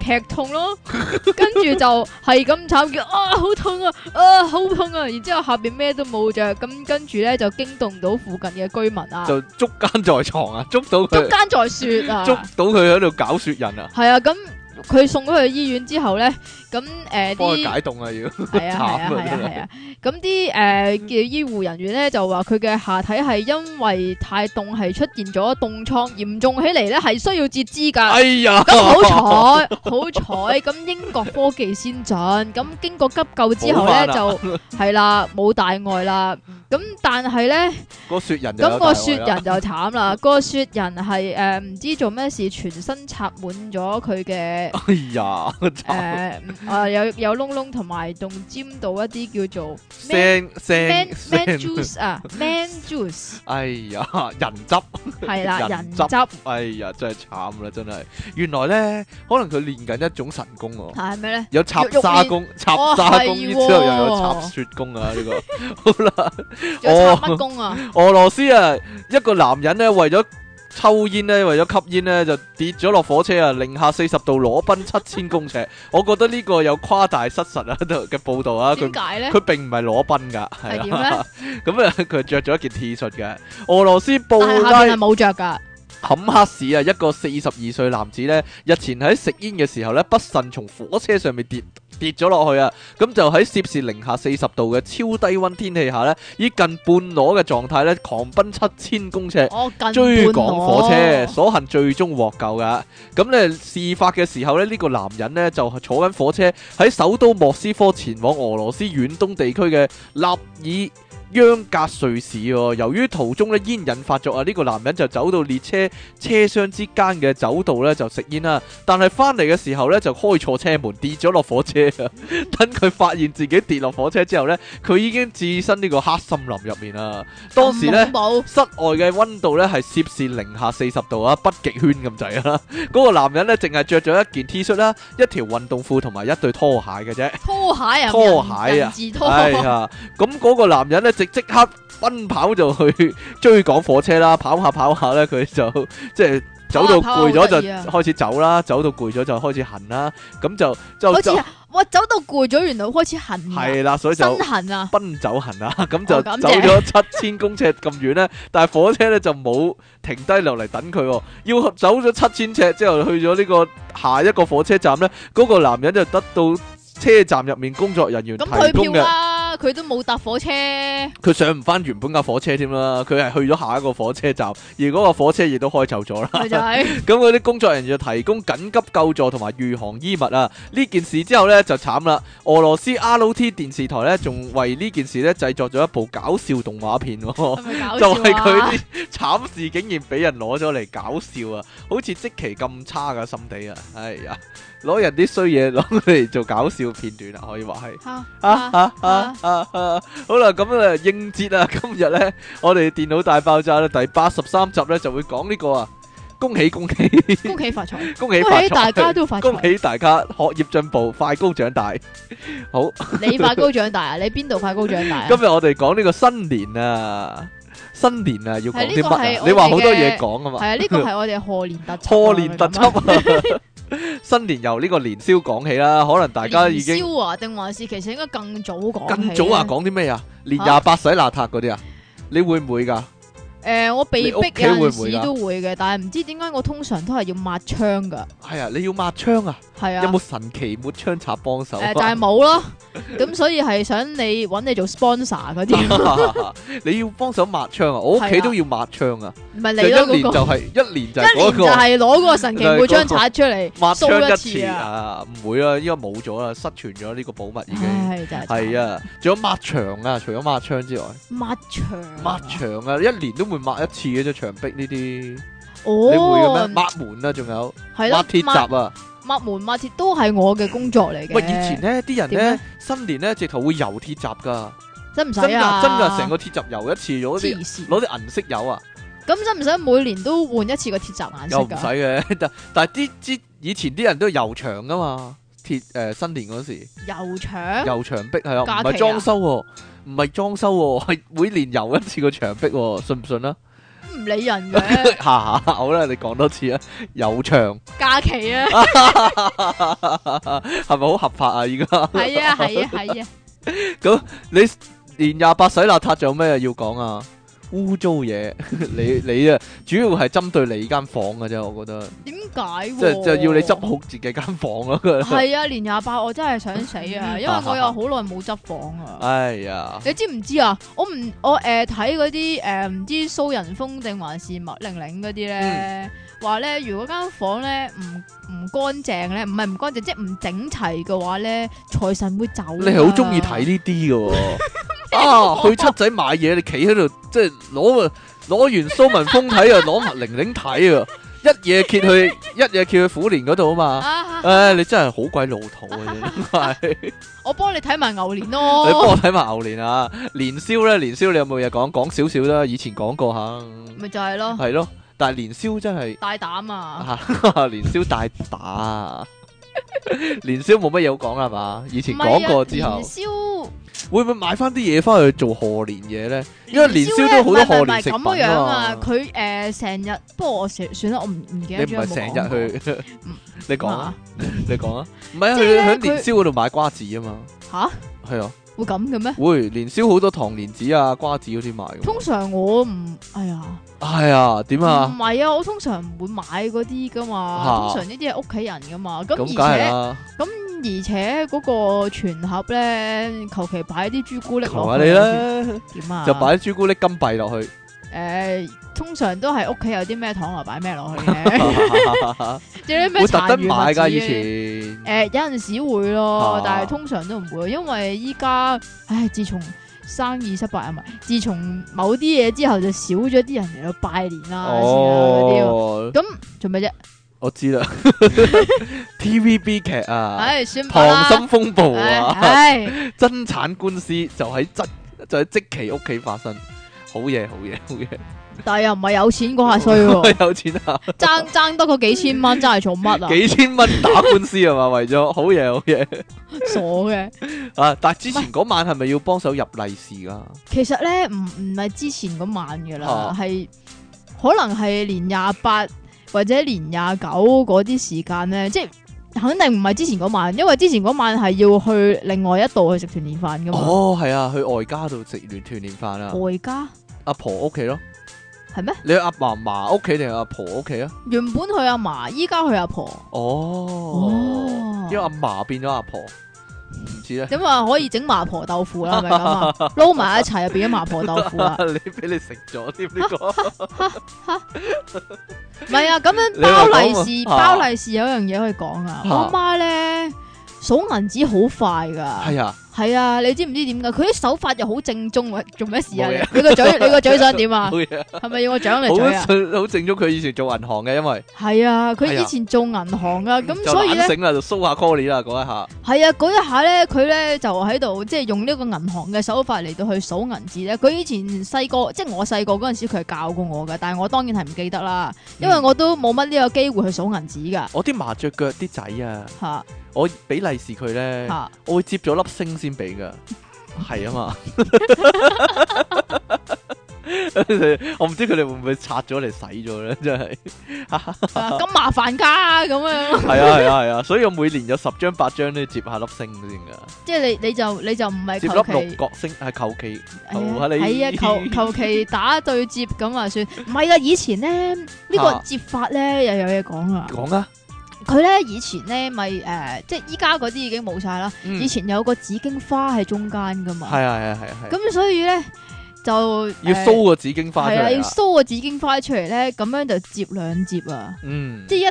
Speaker 2: 劇痛咯，跟住就係咁慘叫啊好痛啊啊好痛啊！然之後下邊咩都冇着，咁跟住咧就驚動到附近嘅居民啊，
Speaker 1: 就捉奸在床啊，捉到
Speaker 2: 捉
Speaker 1: 佢，
Speaker 2: 奸在雪啊，
Speaker 1: 捉到佢喺度搞雪人啊，
Speaker 2: 係啊，咁佢送咗去醫院之後咧，咁誒
Speaker 1: 幫
Speaker 2: 啲
Speaker 1: 佢解凍啊要。
Speaker 2: 係啊係啊
Speaker 1: 慘啊
Speaker 2: 係啊
Speaker 1: 真係
Speaker 2: 係啊，咁啲誒嘅醫護人員咧就話佢嘅下體係因為太凍係出現咗凍瘡，嚴重起嚟咧係需要截肢㗎。
Speaker 1: 哎呀，
Speaker 2: 咁好彩，好彩，咁英國科技先進，咁經過急救之後
Speaker 1: 冇
Speaker 2: 咧
Speaker 1: 返啊
Speaker 2: 就係啦，冇大礙啦。咁但係 咧，
Speaker 1: 個雪人就有
Speaker 2: 咁
Speaker 1: 大啊
Speaker 2: 個
Speaker 1: 鑊
Speaker 2: 雪
Speaker 1: 啦
Speaker 2: 人就慘啦，個雪人係誒唔知做咩事，全身插滿咗 佢嘅
Speaker 1: 哎呀，慘
Speaker 2: 誒啊有有窿窿，同埋仲沾到一啲叫做咩
Speaker 1: 聲
Speaker 2: man
Speaker 1: 聲
Speaker 2: man
Speaker 1: 聲，
Speaker 2: juice 啊，man juice
Speaker 1: 哎呀，人汁，
Speaker 2: 係啦，
Speaker 1: 人
Speaker 2: 人
Speaker 1: 汁
Speaker 2: 汁啊
Speaker 1: 哎呀，真係慘啦，真係。原來咧，可能佢練緊一種神功喎。
Speaker 2: 係咩咧？
Speaker 1: 有插
Speaker 2: 肉
Speaker 1: 沙
Speaker 2: 練
Speaker 1: 功、插
Speaker 2: 哦
Speaker 1: 沙
Speaker 2: 係
Speaker 1: 功，之後又有
Speaker 2: 喎
Speaker 1: 插雪功啊！呢個好啦，
Speaker 2: 仲有插
Speaker 1: 哦
Speaker 2: 乜工啊？
Speaker 1: 俄羅斯啊，一個男人咧為咗抽煙咧，為咗吸煙咧就跌咗落火車啊，零下四十度裸奔七千公尺。我覺得呢個有誇大失實啊 嘅報導啊，佢
Speaker 2: 點解咧？
Speaker 1: 佢並唔係裸奔㗎，係
Speaker 2: 係點
Speaker 1: 啦
Speaker 2: 咧。
Speaker 1: 咁啊，佢着咗一件 T 恤嘅。俄羅斯布
Speaker 2: 但係下
Speaker 1: 拉
Speaker 2: 邊係冇着㗎。
Speaker 1: 坎克市啊，一個四十二歲男子呢，日前喺食煙嘅時候呢，不慎從火車上面跌跌咗落去啊！咁就喺攝氏零下四十度嘅超低温天氣下呢，以近半裸嘅狀態呢，狂奔七千公尺。
Speaker 2: 我哦近
Speaker 1: 追
Speaker 2: 半
Speaker 1: 趕火
Speaker 2: 喎
Speaker 1: 車，所幸最終獲救噶。咁咧事發嘅時候咧，呢、個男人呢就坐緊火車喺首都莫斯科前往俄羅斯遠東地區嘅納爾。央格瑞士喎，由於途中咧煙癮發作啊，呢、個男人就走到列車車廂之間嘅走道咧就食煙啦，但係翻嚟嘅時候咧就開錯車門跌咗落火車啊！ 等佢發現自己跌落火車之後咧，佢已經置身呢個黑森林入面啦。當時咧
Speaker 2: 咁。恐怖
Speaker 1: 室外嘅温度咧係攝氏零下四十度啊，北極圈咁滯啦。 嗰個男人咧淨係着咗一件 T 恤啦，一條運動褲同埋一對拖鞋嘅啫。
Speaker 2: 拖鞋啊，
Speaker 1: 拖
Speaker 2: 人
Speaker 1: 鞋啊
Speaker 2: 人字 拖
Speaker 1: 哎 呀，咁嗰個男人咧直即刻奔跑就去追趕火車啦，跑下跑下咧佢就 即係走到
Speaker 2: 跑
Speaker 1: 攰
Speaker 2: 下跑下
Speaker 1: 咗
Speaker 2: 好
Speaker 1: 就
Speaker 2: 得意啊
Speaker 1: 開始走啦，走到攰咗就開始痕啦，咁就就
Speaker 2: 好似
Speaker 1: 就
Speaker 2: 係哇走到攰咗，原來開始痕啊，
Speaker 1: 係啦，所以就
Speaker 2: 身。痕啊，
Speaker 1: 奔走行 啊，咁就
Speaker 2: 哦咁
Speaker 1: 走咗七千公尺咁遠咧， 但係火車咧就冇停低落嚟等佢、喎。要走咗七千尺之後去咗呢個下一個火車站咧，嗰、個男人就得到車站入面工作人員
Speaker 2: 咁
Speaker 1: 提
Speaker 2: 退
Speaker 1: 供
Speaker 2: 票
Speaker 1: 嘅
Speaker 2: 啊啦，佢都冇搭 火車，係
Speaker 1: 佢上唔翻原本架火車添啦，佢係去咗下一個火車站，而嗰個火車亦都開走咗啦。
Speaker 2: 就係
Speaker 1: 咁嗰啲工作人員就提供緊急救助同埋御航衣物啊！呢件事之後呢，就慘啦，俄羅斯 RT 電視台呢，仲為呢件事呢製作咗一部搞笑動畫片、喎，
Speaker 2: 係咪搞
Speaker 1: 就
Speaker 2: 笑
Speaker 1: 係佢
Speaker 2: 啊？
Speaker 1: 啲慘事竟然俾人攞咗嚟搞笑 啊！好似即期咁差嘅心地啊！哎呀，攞人啲衰嘢攞嚟做搞笑片段啊，可以話係。
Speaker 2: 嚇
Speaker 1: 啊
Speaker 2: 嚇
Speaker 1: 啊啊啊啊！好啦，咁啊應節啊， 今日咧我哋電腦大爆炸咧第八十三集咧就會講呢個啊，恭喜恭喜
Speaker 2: 恭喜發財，
Speaker 1: 恭喜
Speaker 2: 恭
Speaker 1: 發
Speaker 2: 喜大家
Speaker 1: 財，
Speaker 2: 都發
Speaker 1: 恭
Speaker 2: 財，
Speaker 1: 喜大家學業進步，快高長大。好，
Speaker 2: 你快高長大啊！你邊度快高長大啊
Speaker 1: 今？日我哋講呢個新年啊，新年啊要講啲
Speaker 2: 係呢個
Speaker 1: 乜
Speaker 2: 係
Speaker 1: 啊？
Speaker 2: 我
Speaker 1: 你話好
Speaker 2: 哋
Speaker 1: 多嘢
Speaker 2: 嘅
Speaker 1: 講啊嘛
Speaker 2: 係。啊，呢個係我哋賀年特輯啊，
Speaker 1: 賀年特輯
Speaker 2: 係咪咁啊
Speaker 1: 啊！ 新年由呢個年宵講起啦，可能大家已
Speaker 2: 年
Speaker 1: 經
Speaker 2: 宵啊，定還是其實應該更早講起
Speaker 1: 更早啊，講啲咩啊？年廿八洗邋遢嗰啲啊，你會唔會㗎？
Speaker 2: 诶，我被
Speaker 1: 你屋
Speaker 2: 逼
Speaker 1: 企
Speaker 2: 有
Speaker 1: 會唔
Speaker 2: 陣
Speaker 1: 會
Speaker 2: 時
Speaker 1: 㗎
Speaker 2: 都會嘅，但係唔知點解我通常都係要抹窗噶，
Speaker 1: 係啊，你要抹槍啊？
Speaker 2: 係啊
Speaker 1: 有。冇神奇抹槍刷幫手啊？
Speaker 2: 诶，就係冇咯，咁所以係想你揾你做 sponsor 嗰啲，
Speaker 1: 你要幫手抹槍啊！我屋
Speaker 2: 係
Speaker 1: 企
Speaker 2: 啊
Speaker 1: 都要抹槍啊！
Speaker 2: 唔係你
Speaker 1: 就一年
Speaker 2: 咯
Speaker 1: 就係一年就係嗰
Speaker 2: 嗰個，一年就
Speaker 1: 個
Speaker 2: 係攞嗰個神奇每
Speaker 1: 就係
Speaker 2: 張
Speaker 1: 嗰個
Speaker 2: 刷出嚟
Speaker 1: 抹槍
Speaker 2: 掃
Speaker 1: 一
Speaker 2: 次
Speaker 1: 次
Speaker 2: 啊，
Speaker 1: 啊！唔會啊，因為冇咗啦，失傳咗呢個寶物已經。
Speaker 2: 唉，真係慘
Speaker 1: 係，啊，仲有抹牆啊！除咗抹槍之外，
Speaker 2: 抹牆，
Speaker 1: 抹牆啊，一年都會抹一次嘅啫。牆壁呢啲，你會嘅
Speaker 2: 哦
Speaker 1: 咩？，抹門啊，仲有
Speaker 2: 係
Speaker 1: 抹
Speaker 2: 咯，
Speaker 1: 鐵閘啊！
Speaker 2: 抹門抹鐵都係我嘅工作嚟嘅。
Speaker 1: 喂，以前咧啲人
Speaker 2: 點
Speaker 1: 咧
Speaker 2: 咧
Speaker 1: 新年咧直頭會油鐵閘㗎，
Speaker 2: 使唔使
Speaker 1: 真㗎
Speaker 2: 啊？
Speaker 1: 真㗎，成個鐵閘油一次咗啲
Speaker 2: 黐線。
Speaker 1: 攞啲銀色油啊！
Speaker 2: 咁使唔使每年都換一次個鐵閘顏
Speaker 1: 又
Speaker 2: 色
Speaker 1: 唔使
Speaker 2: 㗎？
Speaker 1: 嘅， 但但係啲之以前啲人都油牆噶嘛，鐵誒、呃新年嗰時
Speaker 2: 油 牆
Speaker 1: 油牆壁係啊，唔
Speaker 2: 假期
Speaker 1: 係
Speaker 2: 啊
Speaker 1: 裝修喎、唔係裝修喎、 係每年油一次個牆壁喎、信唔信啊？
Speaker 2: 唔理 人嘅
Speaker 1: 下下好啦，你講多次啊，油牆
Speaker 2: 假期啊，
Speaker 1: 係咪好合法啊？而家
Speaker 2: 係啊係啊係啊，
Speaker 1: 年廿八洗邋遢仲有咩要講啊？污糟嘢， 你你啊，主要係針對你間房嘅啫，我覺得，
Speaker 2: 點解喎？
Speaker 1: 即係就要你執好自己間房咯。
Speaker 2: 係啊，年廿八我真係想死
Speaker 1: 嗯
Speaker 2: 啊，因為我有好耐冇執房啊。
Speaker 1: 哎呀，
Speaker 2: 你知唔知啊？我唔我誒睇嗰啲誒唔知蘇仁峰定還是麥玲玲嗰啲
Speaker 1: 嗯
Speaker 2: 咧，話咧如果間房咧唔唔乾淨咧，唔係唔乾淨，即係唔整齊嘅話咧，財神會走㗎。
Speaker 1: 你係好中意
Speaker 2: 哎
Speaker 1: 睇呢啲嘅喎。 啊，去七仔買嘢，你企喺度，即係攞啊攞完蘇文峰睇啊，攞埋玲玲睇啊，一夜揭去一夜揭去虎年嗰度啊嘛。
Speaker 2: 啊
Speaker 1: 唉、你真係好鬼老土啊！真係，你
Speaker 2: 我幫你睇埋牛 年
Speaker 1: 幫我
Speaker 2: 咯，
Speaker 1: 睇埋牛年啊！年宵咧，年宵你有冇嘢講？講少少啦，以前講過下，
Speaker 2: 咪就係咯，
Speaker 1: 係咯。但係年宵真係
Speaker 2: 大膽啊！
Speaker 1: 啊， 年宵大打啊！年宵冇乜嘢好講啦係嘛？以前
Speaker 2: 唔係
Speaker 1: 講
Speaker 2: 啊
Speaker 1: 過之後
Speaker 2: 年。宵
Speaker 1: 會唔會買翻啲嘢翻去做賀年嘢咧？因為年宵都好多
Speaker 2: 咧唔係
Speaker 1: 賀
Speaker 2: 唔係
Speaker 1: 年食
Speaker 2: 唔係咁
Speaker 1: 品
Speaker 2: 樣
Speaker 1: 啊
Speaker 2: 啊！
Speaker 1: 嘛。
Speaker 2: 佢誒成日，不過我算算啦，我唔唔
Speaker 1: 你
Speaker 2: 記得
Speaker 1: 唔
Speaker 2: 咗有冇
Speaker 1: 係
Speaker 2: 講過
Speaker 1: 成日去， 你講啊
Speaker 2: 啊，
Speaker 1: 你講啊。唔係啊，
Speaker 2: 即係
Speaker 1: 佢
Speaker 2: 咧
Speaker 1: 喺
Speaker 2: 佢
Speaker 1: 年宵嗰度買瓜子啊嘛。
Speaker 2: 吓？
Speaker 1: 係啊，
Speaker 2: 會咁嘅咩？
Speaker 1: 會年宵好多糖蓮子啊、瓜子嗰啲賣㗎
Speaker 2: 通
Speaker 1: 嘛。
Speaker 2: 常我唔，哎呀，
Speaker 1: 係啊，點
Speaker 2: 唔
Speaker 1: 啊？
Speaker 2: 係啊，我通常唔會買嗰啲噶嘛，
Speaker 1: 嚇
Speaker 2: 通常呢啲係屋企人噶嘛，
Speaker 1: 咁
Speaker 2: 嗯咁
Speaker 1: 梗
Speaker 2: 而
Speaker 1: 係
Speaker 2: 且
Speaker 1: 啦，
Speaker 2: 而且嗰個全盒咧，求其擺啲朱古力
Speaker 1: 求
Speaker 2: 落
Speaker 1: 下
Speaker 2: 去
Speaker 1: 你，啦，
Speaker 2: 點啊？
Speaker 1: 就擺朱古力金幣落 去。
Speaker 2: 誒，通常都係屋企有啲咩糖啊，擺咩落去嘅，有啲咩
Speaker 1: 會特
Speaker 2: 殘
Speaker 1: 登
Speaker 2: 餘
Speaker 1: 買
Speaker 2: 分子啊
Speaker 1: 㗎，以
Speaker 2: 嘅
Speaker 1: 前
Speaker 2: 誒、。有陣時會咯，
Speaker 1: 啊
Speaker 2: 但係通常都唔會，因為依家唉，自從生意失敗啊，唔係，自從某啲嘢之後就少咗啲人嚟到拜年啦，先啊啦嗰啲喎啊
Speaker 1: 哦，
Speaker 2: 做咩啫？
Speaker 1: 我知 啦，TVB 劇啊。
Speaker 2: 唉，算吧啦
Speaker 1: 溏心風暴
Speaker 2: 唉
Speaker 1: 啊！
Speaker 2: 唉，
Speaker 1: 爭產官司就喺即就喺即其屋企發生，好嘢好嘢好嘢！
Speaker 2: 但係又唔係有錢嗰下衰 喎，
Speaker 1: 有錢啊，
Speaker 2: 爭爭得嗰幾千蚊，真係做乜啊？
Speaker 1: 幾千蚊打官司係嘛？為 咗好嘢好嘢
Speaker 2: 傻嘅。
Speaker 1: 啊！但係之前嗰晚係咪要幫手入利是噶？
Speaker 2: 其實咧，唔唔係之前嗰晚嘅啦
Speaker 1: 啊，
Speaker 2: 係、可能係年廿八或者年廿九嗰啲時間咧，即係肯定唔係之前嗰晚，因為之前嗰晚係要去另外一度去食團年飯噶嘛。
Speaker 1: 哦，係啊，去外家度食完團年飯啊，
Speaker 2: 外家
Speaker 1: 阿婆屋企咯。
Speaker 2: 係咩？
Speaker 1: 你去阿嫲嫲屋企定係阿婆屋企啊？
Speaker 2: 原本去阿嫲，依家去阿婆。
Speaker 1: 哦，
Speaker 2: 哦
Speaker 1: 因為阿嫲變咗阿婆，唔似咧？
Speaker 2: 咁啊可以整麻婆豆腐啦，係咪咁 啊？撈埋一齊就變咗麻婆豆腐啊啦。
Speaker 1: 你俾你食咗添呢 個，
Speaker 2: 唔係啊，咁樣
Speaker 1: 你話
Speaker 2: 包
Speaker 1: 講
Speaker 2: 利
Speaker 1: 啊
Speaker 2: 是，
Speaker 1: 啊
Speaker 2: 包利是有一樣嘢可以講啊。我
Speaker 1: 啊
Speaker 2: 媽咧數銀紙好快㗎，
Speaker 1: 係啊，
Speaker 2: 係啊，你知唔知點㗎？佢啲手法又好正宗喎，做咩事
Speaker 1: 冇
Speaker 2: 啊？你
Speaker 1: 嘢
Speaker 2: 你個 嘴，你個嘴想點啊
Speaker 1: 好？嘢，
Speaker 2: 係咪要我獎你嘴啊
Speaker 1: 好？信好正宗。佢以前做銀行嘅，因為
Speaker 2: 係啊，
Speaker 1: 哎
Speaker 2: 佢
Speaker 1: 呀嗯
Speaker 2: 以前做銀行啊，咁
Speaker 1: 就
Speaker 2: 所以咧
Speaker 1: 懶。醒啦，就 show 下 Colly 啦嗰一下。
Speaker 2: 係啊，嗰一下咧，佢咧就喺度即係用呢個銀行嘅手法嚟到去數銀紙咧。佢以前細個，即係我細個嗰陣時，佢係教過我嘅，但係我當然係唔記得啦，因為
Speaker 1: 嗯
Speaker 2: 我都冇乜呢個機會去數銀紙噶
Speaker 1: 我啲麻雀腳啲仔啊，
Speaker 2: 吓
Speaker 1: 我俾利是佢咧，
Speaker 2: 吓。
Speaker 1: 我會接咗粒星先俾噶，係啊嘛。 我唔知佢哋會唔會拆咗嚟洗咗咧，真係。
Speaker 2: 啊咁麻煩噶咁樣，
Speaker 1: 係啊係啊係啊，所以我每年有十張八張都要接下粒星先噶。
Speaker 2: 即係你你就你就唔係
Speaker 1: 接
Speaker 2: 求
Speaker 1: 粒
Speaker 2: 其
Speaker 1: 六。角星係求其
Speaker 2: 係
Speaker 1: 求
Speaker 2: 啊
Speaker 1: 下你。
Speaker 2: 係啊， 求求其打對接咁啊算，唔係啊，以前咧呢個
Speaker 1: 啊
Speaker 2: 接法咧又有嘢講啊，
Speaker 1: 講啊，
Speaker 2: 佢咧以前咧咪誒，即係依家嗰啲已經冇晒啦，
Speaker 1: 嗯
Speaker 2: 以前有個紫荊花喺中間噶嘛，
Speaker 1: 係啊係啊係啊係啊，
Speaker 2: 咁所以咧就
Speaker 1: 要
Speaker 2: 呃
Speaker 1: 梳個紫荊花出
Speaker 2: 係啊，要
Speaker 1: 嚟啊。
Speaker 2: 梳個紫荊花出嚟咧，咁樣就接兩接啊，
Speaker 1: 嗯，
Speaker 2: 即係一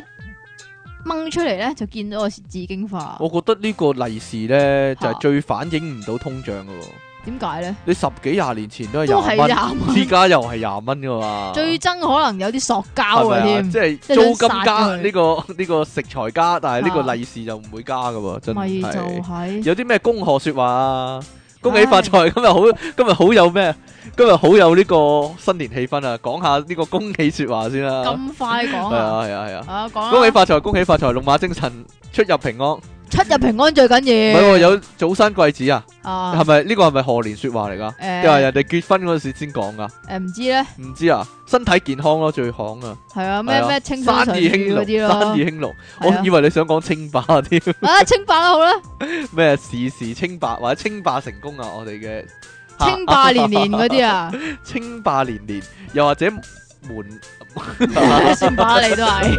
Speaker 2: 掹出嚟咧就見到個紫荊花，
Speaker 1: 我覺得呢個利是咧就係
Speaker 2: 嚇
Speaker 1: 最反映唔到通脹噶喎。
Speaker 2: 點解咧？
Speaker 1: 你十幾廿年前都係
Speaker 2: 都係
Speaker 1: 廿
Speaker 2: 廿蚊
Speaker 1: 依家又係廿蚊噶嘛。
Speaker 2: 最憎可能有啲塑膠
Speaker 1: 啊係咪
Speaker 2: 啊
Speaker 1: 啊
Speaker 2: 添，
Speaker 1: 即係
Speaker 2: 即係想
Speaker 1: 租金
Speaker 2: 殺
Speaker 1: 加
Speaker 2: 佢
Speaker 1: 呢個呢個食材加，但係呢個
Speaker 2: 嚇
Speaker 1: 利是就唔會加噶喎，真
Speaker 2: 咪就
Speaker 1: 係。
Speaker 2: 係
Speaker 1: 有啲咩恭賀説話啊？恭喜發財！今日好，今日好有咩？今日好有呢個新年氣氛啊！講下呢個恭喜説話先啦。
Speaker 2: 咁快講
Speaker 1: 係
Speaker 2: 啊！
Speaker 1: 啊係啊係啊！
Speaker 2: 啊，講
Speaker 1: 恭喜
Speaker 2: 啦，
Speaker 1: 發財，恭喜發財，龍馬精神，出入平安。唔
Speaker 2: 出入平安最緊
Speaker 1: 係
Speaker 2: 要。
Speaker 1: 喎，有早生貴子啊？
Speaker 2: 啊
Speaker 1: 係，咪呢個係咪賀年説話嚟㗎？又係
Speaker 2: 誒
Speaker 1: 人哋結婚嗰時先講㗎，
Speaker 2: 誒唔知咧，
Speaker 1: 唔知啊？身體健康咯，最行啊！
Speaker 2: 係啊咩
Speaker 1: 係啊
Speaker 2: 咩清水
Speaker 1: 生意
Speaker 2: 水
Speaker 1: 興
Speaker 2: 魚嗰啲
Speaker 1: 隆，生意
Speaker 2: 咯，
Speaker 1: 興隆。我
Speaker 2: 係啊
Speaker 1: 以為你想講清霸添，
Speaker 2: 啊清白啦好啦，
Speaker 1: 咩時時清白或者清霸成功啊！我哋嘅
Speaker 2: 清霸年年嗰啲啊，
Speaker 1: 清霸年年，又或者門
Speaker 2: 算把你都係。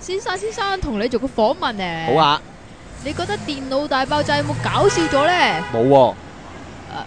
Speaker 2: 先生，先生，同你做個訪問咧。
Speaker 1: 好！啊，
Speaker 2: 你覺得電腦大爆炸有冇搞笑咗咧？
Speaker 1: 冇喎，
Speaker 2: Ờ.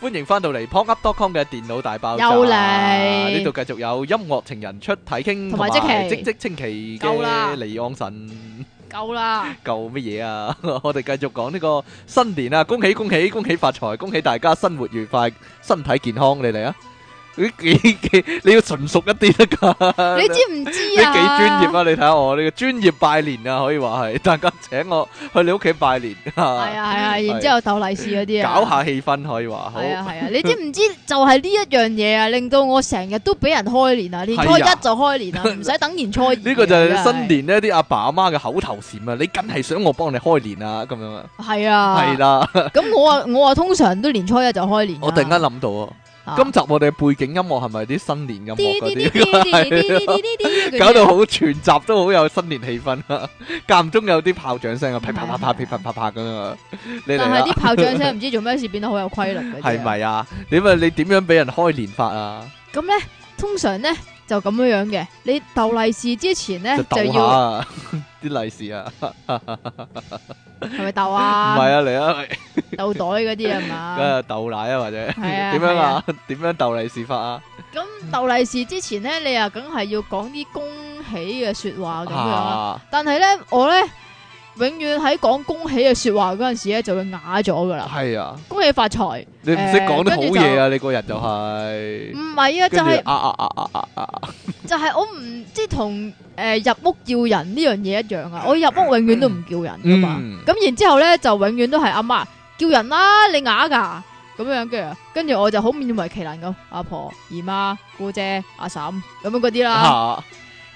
Speaker 1: 歡迎翻到嚟 p o p u p c o m 嘅電腦大爆炸，
Speaker 2: 又嚟
Speaker 1: 呢度繼續有音樂情人出體傾，
Speaker 2: 同埋即期
Speaker 1: 即即清奇
Speaker 2: 夠啦
Speaker 1: 嘅離岸神。
Speaker 2: 夠啦！
Speaker 1: 夠乜嘢啊？ 我哋繼續講呢個新年啊！恭喜恭喜恭喜發財，恭喜大家生活愉快，身體健康，你嚟啊！你幾幾你要純熟一啲得噶？
Speaker 2: 你知唔知
Speaker 1: 你幾
Speaker 2: 啊？
Speaker 1: 專業啊！你睇下我呢個專業拜年啊，可以話係 大家請我去你屋企拜年
Speaker 2: 係
Speaker 1: 啊，
Speaker 2: 啊係啊，然之後鬥利是嗰啲啊，
Speaker 1: 搞下氣氛可以話好
Speaker 2: 係。啊係啊，你知唔知就係呢一樣嘢啊，令到我成日都俾人開年啊，年初一
Speaker 1: 係啊
Speaker 2: 就開年啊，唔使等年初二啊。
Speaker 1: 呢個就係
Speaker 2: 真
Speaker 1: 新年呢啲阿爸阿媽嘅口頭禪啊！你梗係想我幫你開年啊，咁樣啊，
Speaker 2: 係啊，
Speaker 1: 係啦。
Speaker 2: 咁我啊，我啊通常都年初一就開年㗎。
Speaker 1: 我突然間諗到啊，
Speaker 2: 啊
Speaker 1: 今集我哋背景音樂係咪啲新年音樂
Speaker 2: 啲
Speaker 1: 嗰啲
Speaker 2: 啲啲？啲啲啲啲啲 啲
Speaker 1: 搞到好全集都好有新年氣氛啊！ 間唔中有啲炮仗聲啊，噼啪啪啪噼啪啪啪咁樣啊！你
Speaker 2: 但
Speaker 1: 嚟
Speaker 2: 係啲
Speaker 1: 啦，
Speaker 2: 炮仗聲唔知做咩事變得好有規律嗰啲啊
Speaker 1: 係？咪啊？你咪你點樣俾人開年法啊？
Speaker 2: 咁咧，通常咧就咁樣樣嘅，你鬥利是之前咧
Speaker 1: 就
Speaker 2: 就
Speaker 1: 鬥下
Speaker 2: 要
Speaker 1: 啊 啲利是啊！
Speaker 2: 係咪鬥
Speaker 1: 唔
Speaker 2: 啊？
Speaker 1: 係啊，嚟啊，喂
Speaker 2: 鬥袋嗰啲係嘛？
Speaker 1: 梗係鬥奶啊，或者
Speaker 2: 係啊
Speaker 1: 點樣
Speaker 2: 係
Speaker 1: 啊
Speaker 2: 啊？
Speaker 1: 點樣鬥利是法啊？
Speaker 2: 咁斗利是之前咧，你啊梗係要講啲恭喜嘅说話咁樣啦。
Speaker 1: 啊，
Speaker 2: 但係咧，我咧永遠喺講恭喜嘅说話嗰陣時咧，就會啞咗噶啦。
Speaker 1: 係啊！
Speaker 2: 恭喜發財，
Speaker 1: 你唔識講啲好嘢啊！你個人就
Speaker 2: 唔
Speaker 1: 係
Speaker 2: 係啊，就
Speaker 1: 跟住
Speaker 2: 係
Speaker 1: 啊啊啊啊啊啊啊！
Speaker 2: 就係我唔即係同誒入屋叫人呢樣嘢一樣啊！我入屋永遠都唔叫人噶嘛，
Speaker 1: 嗯
Speaker 2: 咁、然之後咧就永遠都係阿媽叫人啦，你啞噶咁樣跟住，跟住我就好勉為其難咁，阿婆、姨媽、姑姐、阿嬸咁樣嗰啲啦，
Speaker 1: 啊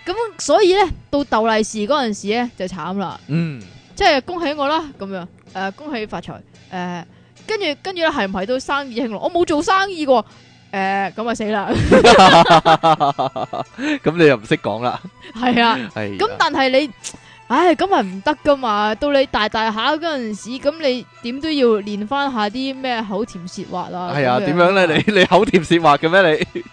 Speaker 2: 咁、所以咧到鬥利是嗰陣時咧就慘啦，
Speaker 1: 嗯
Speaker 2: 即係恭喜我啦咁樣，誒、恭喜發財，誒、跟住跟住咧係唔係都生意興隆？我冇做生意喎，誒咁啊死啦，
Speaker 1: 咁你又唔識講啦，
Speaker 2: 係啊。
Speaker 1: 係
Speaker 2: 咁但係你，唉，咁係唔得噶嘛。到你大大下嗰陣時，咁你點都要練翻下啲咩口甜舌滑啊。
Speaker 1: 係啊，
Speaker 2: 咁樣
Speaker 1: 點樣咧？你你口甜舌滑嘅咩？你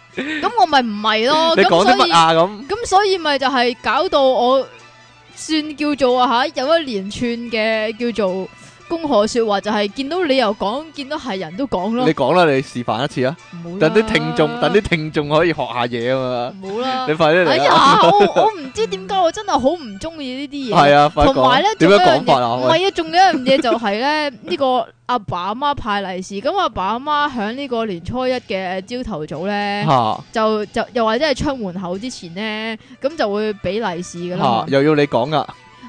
Speaker 2: 咁 我咪唔係咯。
Speaker 1: 你講
Speaker 2: 咁
Speaker 1: 啲
Speaker 2: 所
Speaker 1: 乜
Speaker 2: 以
Speaker 1: 啊？咁
Speaker 2: 咁所以咪就係搞到我算叫做啊吓，有一連串嘅叫做公河说話，就係見到你又講，見到係人都講咯
Speaker 1: 你。講啦，你示範一次啊！
Speaker 2: 唔好啦
Speaker 1: 等啲聽眾，等啲聽眾可以學下嘢啊嘛！
Speaker 2: 唔好啦
Speaker 1: 你。快啲
Speaker 2: 哎
Speaker 1: 嚟
Speaker 2: 呀
Speaker 1: 啊！，
Speaker 2: 我我唔知點解，我真係好唔中意呢啲嘢。
Speaker 1: 係啊，快
Speaker 2: 同埋咧
Speaker 1: 講，，點
Speaker 2: 仲有
Speaker 1: 樣
Speaker 2: 一樣
Speaker 1: 講法
Speaker 2: 嘢，
Speaker 1: 啊？
Speaker 2: 唔
Speaker 1: 喂
Speaker 2: 係啊，仲有一樣嘢就係咧，呢個阿爸阿媽派利是，咁阿爸阿媽喺呢個年初一嘅朝頭早咧，
Speaker 1: 嚇
Speaker 2: 就就又或者係出門口之前咧，咁就會俾利是噶啦嘛
Speaker 1: 嚇，，又要你講噶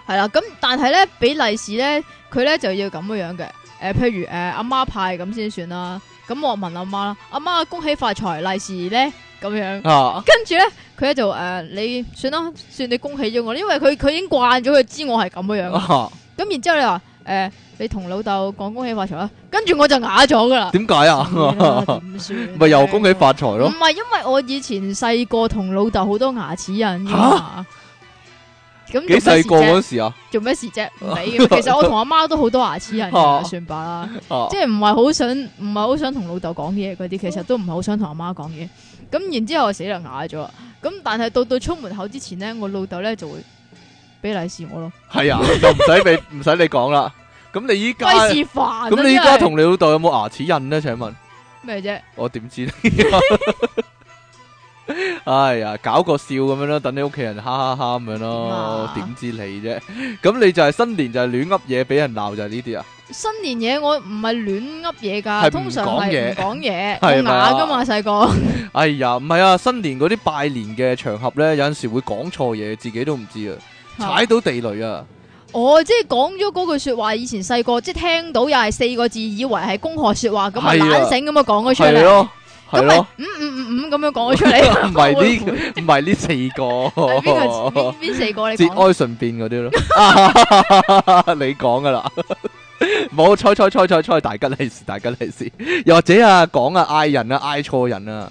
Speaker 2: 係啦，咁但係咧俾利是咧，佢咧就要咁樣樣嘅，誒譬如誒呃阿媽派咁先算啦，咁我問阿媽啦，阿媽恭喜發財利是咧咁 樣。
Speaker 1: 嚇
Speaker 2: 跟住咧，佢咧就誒、呃你算啦，算你恭喜咗我，因為佢佢已經慣咗，佢知我係咁樣樣。
Speaker 1: 嚇
Speaker 2: 咁然之後你話誒、你同老豆講恭喜發財啦，跟住我就啞咗噶啦。
Speaker 1: 點解啊？
Speaker 2: 點算？
Speaker 1: 咪又恭喜發財
Speaker 2: 唔
Speaker 1: 咯！
Speaker 2: 係因為我以前細個同老豆好多牙齒印㗎嘛。咁
Speaker 1: 幾細個
Speaker 2: 做咩事啫
Speaker 1: 嗰時啊？
Speaker 2: 做咩事 啫？唔俾嘅。其實我同阿媽都好多牙齒印
Speaker 1: 啊
Speaker 2: 㗎，算罷啦。
Speaker 1: 啊
Speaker 2: 即係唔係好想，唔係好想同老豆講嘢嗰啲，其實都唔係好想同阿媽講嘢。咁然之後我死啦啞咗啦。咁但係到到出門口之前咧，我老豆咧就會俾利是我咯，
Speaker 1: 係啊，就唔使你唔使你講啦。咁你依家
Speaker 2: 費事煩啊。
Speaker 1: 咁你依家
Speaker 2: 真係
Speaker 1: 同你老豆有冇牙齒印咧？請問？
Speaker 2: 咩啫？
Speaker 1: 我點知呢？ 哎呀，搞個笑咁樣咯，等你屋企人哈哈哈咁樣咯，
Speaker 2: 點
Speaker 1: 點
Speaker 2: 啊
Speaker 1: 知你啫？咁你就係新年就係亂噏嘢，俾人鬧就係呢啲啊？
Speaker 2: 新年嘢我唔係亂噏嘢
Speaker 1: 係
Speaker 2: 噶，
Speaker 1: 唔
Speaker 2: 通常
Speaker 1: 講
Speaker 2: 係
Speaker 1: 嘢
Speaker 2: 唔講嘢，我
Speaker 1: 係咪啊
Speaker 2: 啞噶嘛細個，
Speaker 1: 哎呀，唔係啊，新年嗰啲拜年嘅場合呢，有陣時會講錯嘢，自己都唔知啊， 踩到地雷啊！
Speaker 2: 我哦即係講咗嗰句说話，以前細個即係聽到又係四個字，以為係公學说話咁啊，
Speaker 1: 係啊
Speaker 2: 懶醒咁啊講咗出
Speaker 1: 係
Speaker 2: 嚟，
Speaker 1: 咯，係
Speaker 2: 咁咪
Speaker 1: 咯，
Speaker 2: 嗯嗯嗯嗯咁樣講咗出嚟，
Speaker 1: 唔係
Speaker 2: 會
Speaker 1: 呢，唔係呢四
Speaker 2: 係邊個
Speaker 1: 個
Speaker 2: 邊。邊四個你
Speaker 1: 節
Speaker 2: 講？
Speaker 1: 哀順變嗰啲咯， 你講噶啦，冇猜猜猜猜猜大吉利是 大吉利是，又或者啊講啊嗌人啊嗌錯人啊，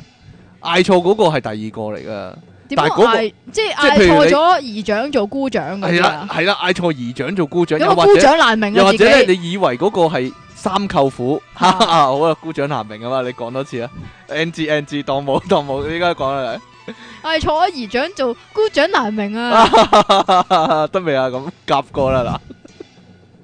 Speaker 1: 嗌錯嗰個係第二個嚟噶，
Speaker 2: 點
Speaker 1: 但
Speaker 2: 樣
Speaker 1: 係嗰個
Speaker 2: 嗌？即係
Speaker 1: 即係譬如
Speaker 2: 嗌錯
Speaker 1: 你
Speaker 2: 咗姨丈做姑丈嗰
Speaker 1: 係
Speaker 2: 啲
Speaker 1: 啦
Speaker 2: 啊？
Speaker 1: 係啦，嗌錯姨丈做姑丈，
Speaker 2: 有
Speaker 1: 又
Speaker 2: 個
Speaker 1: 或
Speaker 2: 姑
Speaker 1: 者
Speaker 2: 丈難明
Speaker 1: 又
Speaker 2: 啊
Speaker 1: 或
Speaker 2: 自
Speaker 1: 者咧，
Speaker 2: 己。
Speaker 1: 你以為嗰個係三舅父，哈
Speaker 2: 啊
Speaker 1: 哈好啊，姑丈難明啊嘛，你講多次啊，NG NG 當冇 當冇，依家講啦，
Speaker 2: 嗌錯咗姨丈做姑丈難明 啊！
Speaker 1: 得未啊？咁夾過啦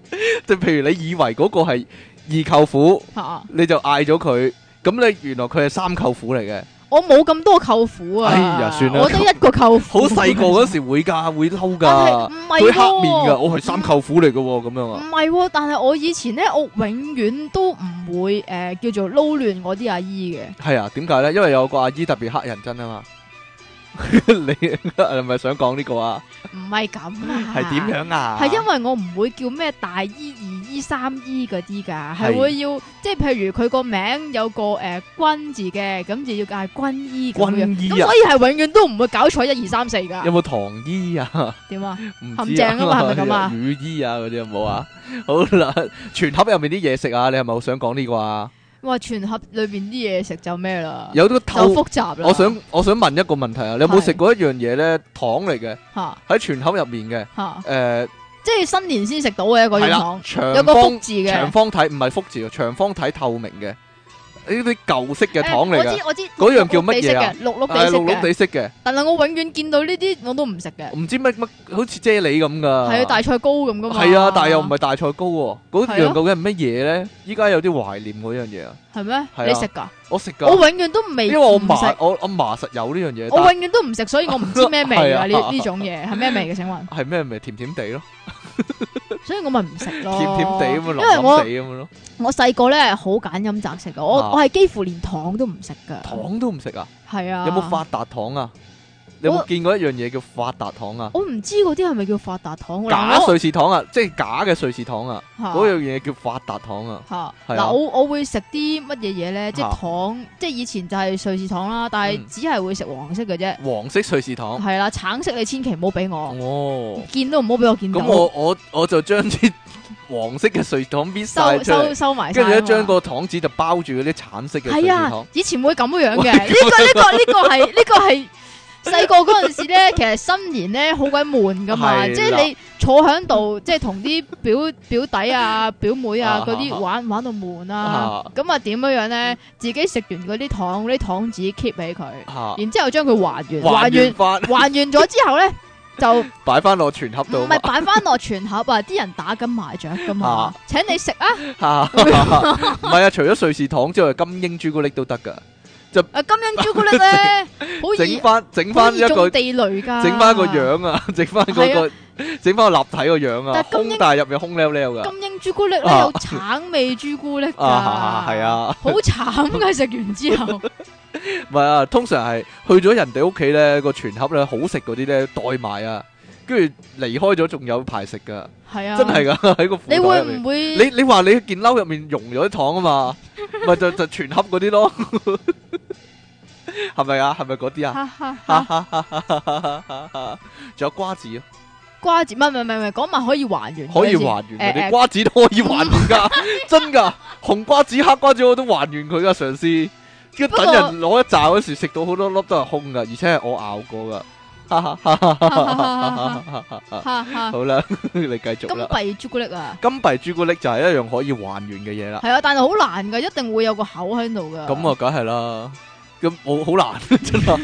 Speaker 1: 嗱，即係譬如你以為嗰個係二舅父。
Speaker 2: 嚇，
Speaker 1: 你就嗌咗佢，咁你原來佢係三舅父嚟嘅，
Speaker 2: 我冇咁多舅父啊！
Speaker 1: 哎呀算啦
Speaker 2: 我得一個舅
Speaker 1: 好
Speaker 2: 父。
Speaker 1: 細個 嗰時會㗎，會嬲
Speaker 2: 但係
Speaker 1: 㗎，
Speaker 2: 唔
Speaker 1: 佢
Speaker 2: 係喎
Speaker 1: 黑面㗎，我係三舅父嚟㗎喎，咁樣
Speaker 2: 唔
Speaker 1: 啊，
Speaker 2: 係喎，但係我以前咧，我永遠都唔會誒、呃叫做撈亂我啲阿姨嘅。
Speaker 1: 係啊，點解咧？因為有個阿姨特別黑人憎啊嘛， 你 係咪想講呢個啊？
Speaker 2: 唔係咁啊，
Speaker 1: 係點？樣啊？
Speaker 2: 係因為我唔會叫咩大姨、二姨、三姨嗰啲
Speaker 1: 係
Speaker 2: 㗎，係會要即係譬如佢個名有個誒、呃、君字嘅，咁就要嗌君姨咁樣。
Speaker 1: 軍醫
Speaker 2: 咁
Speaker 1: 啊
Speaker 2: 所，以係永遠都唔會搞錯一二三四㗎。
Speaker 1: 有冇唐醫啊？
Speaker 2: 點啊？
Speaker 1: 唔
Speaker 2: 陷
Speaker 1: 知
Speaker 2: 阱 啊嘛係咪咁啊
Speaker 1: 乳醫啊 嗰啲有冇啊？好啦，全盒入面啲嘢食啊，你係咪好想講呢個啊？
Speaker 2: 哇！全盒裏邊啲嘢食就咩啦，
Speaker 1: 有啲
Speaker 2: 就
Speaker 1: 透
Speaker 2: 複雜啦。
Speaker 1: 我想我想問一個問題啊，你有冇
Speaker 2: 係
Speaker 1: 食過一樣嘢咧？糖嚟嘅
Speaker 2: 嚇
Speaker 1: 喺全口入面嘅，
Speaker 2: 嚇，
Speaker 1: 誒
Speaker 2: 即係新年先食到嘅嗰
Speaker 1: 係
Speaker 2: 種
Speaker 1: 啦
Speaker 2: 糖，，有
Speaker 1: 長
Speaker 2: 個福
Speaker 1: 方
Speaker 2: 字嘅。
Speaker 1: 長方體唔係福字啊，長方體透明嘅呢啲舊式嘅
Speaker 2: 誒
Speaker 1: 糖嚟
Speaker 2: 我
Speaker 1: 嘅，
Speaker 2: 知我知，
Speaker 1: 嗰樣叫乜嘢啊
Speaker 2: 綠綠地
Speaker 1: 係
Speaker 2: 色
Speaker 1: 綠綠
Speaker 2: 嘅，綠綠地色嘅。
Speaker 1: 地色嘅，
Speaker 2: 但係我永遠見到呢啲我都唔食嘅，
Speaker 1: 唔知乜乜好似啫喱咁噶。
Speaker 2: 係啊大菜糕咁噶嘛。
Speaker 1: 係啊，但係又唔係大菜糕喎，嗰
Speaker 2: 係
Speaker 1: 樣
Speaker 2: 啊
Speaker 1: 究竟係乜嘢咧？依家有啲懷念嗰樣嘢啊，
Speaker 2: 係咩？
Speaker 1: 啊
Speaker 2: 你食㗎？
Speaker 1: 我食噶，
Speaker 2: 我永遠都未
Speaker 1: 因為我
Speaker 2: 唔
Speaker 1: 嫲
Speaker 2: 食，
Speaker 1: 我阿嫲實有呢樣嘢，
Speaker 2: 我永遠都唔食，所以我唔知咩味
Speaker 1: 係 啊
Speaker 2: 㗎呢呢種嘢係咩味嘅？請問，
Speaker 1: 但係咩咪甜甜地咯，
Speaker 2: 所以我咪唔食咯。
Speaker 1: 甜甜地咁樣，
Speaker 2: 哦
Speaker 1: 腍
Speaker 2: 因為我
Speaker 1: 腍地咁樣咯，
Speaker 2: 我細個咧係好揀飲擇食嘅，
Speaker 1: 啊
Speaker 2: 我我係幾乎連糖都唔食㗎。
Speaker 1: 糖都唔食啊！
Speaker 2: 係啊，
Speaker 1: 有冇發？達糖啊？你有冇
Speaker 2: 我
Speaker 1: 見過一樣嘢叫發達糖啊？
Speaker 2: 我唔知嗰啲係咪叫發達糖嗱
Speaker 1: 假
Speaker 2: 我
Speaker 1: 瑞士糖啊，即係假嘅瑞士糖啊，
Speaker 2: 嚇
Speaker 1: 嗰樣嘢叫發達糖啊。
Speaker 2: 吓
Speaker 1: 係啊
Speaker 2: 嗱，我我會食啲乜嘢嘢咧？即
Speaker 1: 嚇
Speaker 2: 係糖，即係以前就係瑞士糖啦，但
Speaker 1: 嗯
Speaker 2: 係只係會食黃色嘅啫。
Speaker 1: 黃色瑞士糖。
Speaker 2: 係啦，橙色你千祈唔好俾我，
Speaker 1: 哦，
Speaker 2: 見都唔好俾我見到。
Speaker 1: 咁我我我就將啲 黃色嘅隧糖搣晒
Speaker 2: 收
Speaker 1: 出嚟
Speaker 2: 收，收埋晒
Speaker 1: 跟
Speaker 2: 啊嘛，
Speaker 1: 住咧將個糖紙就包住嗰啲橙色嘅
Speaker 2: 系
Speaker 1: 隧糖
Speaker 2: 啊。，以前會咁樣 嘅。呢個呢個呢個係呢個係細個嗰陣 時咧，其實新年咧好鬼悶噶嘛，
Speaker 1: 係啦
Speaker 2: 即係你坐喺度，即係同啲 表表弟啊、表妹啊
Speaker 1: 啊
Speaker 2: 嗰啲
Speaker 1: 啊
Speaker 2: 玩玩到悶啊
Speaker 1: 啊。
Speaker 2: 咁啊點樣樣咧？自己食完嗰啲糖，啲糖紙 keep 起佢，
Speaker 1: 嚇
Speaker 2: 然之後將佢還原，還
Speaker 1: 啊還原
Speaker 2: 原
Speaker 1: 翻
Speaker 2: 還原咗之後咧就。
Speaker 1: 擺翻落全盒度
Speaker 2: 唔
Speaker 1: 嘛
Speaker 2: 係，擺翻落全盒啊！啲人打緊麻雀噶 嘛
Speaker 1: 啊，
Speaker 2: 請你食啊！
Speaker 1: 嚇 唔係啊，除咗瑞士糖之外，金鷹朱古力都得㗎，
Speaker 2: 啊金英朱古力 咧，好易
Speaker 1: 整翻整
Speaker 2: 好
Speaker 1: 翻
Speaker 2: 易
Speaker 1: 一個
Speaker 2: 中地雷噶，
Speaker 1: 整翻個。樣啊， 整翻嗰個整翻個立體個樣啊
Speaker 2: 但，
Speaker 1: 空
Speaker 2: 金鷹
Speaker 1: 大入面空溜溜㗎。
Speaker 2: 金英朱古力咧
Speaker 1: 啊
Speaker 2: 有橙味朱古力噶，
Speaker 1: 啊，係，啊，
Speaker 2: 好慘噶！食完之後，
Speaker 1: 唔係啊，通常係去咗人哋屋企咧，個全盒咧好食嗰啲咧代買啊，跟住離開咗仲有排食㗎，
Speaker 2: 係啊，
Speaker 1: 真係㗎 喺個褲袋
Speaker 2: 你
Speaker 1: 入
Speaker 2: 會
Speaker 1: 面
Speaker 2: 唔會？
Speaker 1: 你你話你件褸入面溶咗啲糖啊 嘛，咪就就全盒嗰啲咯， 係咪啊？係咪嗰啲啊？
Speaker 2: 哈哈哈
Speaker 1: 仲有瓜子啊，
Speaker 2: 瓜子唔係唔係唔係唔係，講埋可以還原嘅先，
Speaker 1: 可以還原嗰
Speaker 2: 誒
Speaker 1: 啲
Speaker 2: 誒
Speaker 1: 瓜子都可以還原 噶，真噶，紅瓜子、黑瓜子我都還原佢噶，嘗試。跟住
Speaker 2: 不
Speaker 1: 等
Speaker 2: 過
Speaker 1: 人攞一扎嗰時，食到好多粒都係空噶，而且係我咬過噶。哈哈哈哈哈哈哈哈哈
Speaker 2: 哈哈
Speaker 1: 好啦， 你繼續
Speaker 2: 金
Speaker 1: 啦。
Speaker 2: 幣朱古力啊，
Speaker 1: 金幣朱古力就係一樣可以還原嘅嘢啦。
Speaker 2: 係啊，但係好難噶，一定會有個口喺度噶。
Speaker 1: 咁啊，梗係啦。咁我好難啊 真係。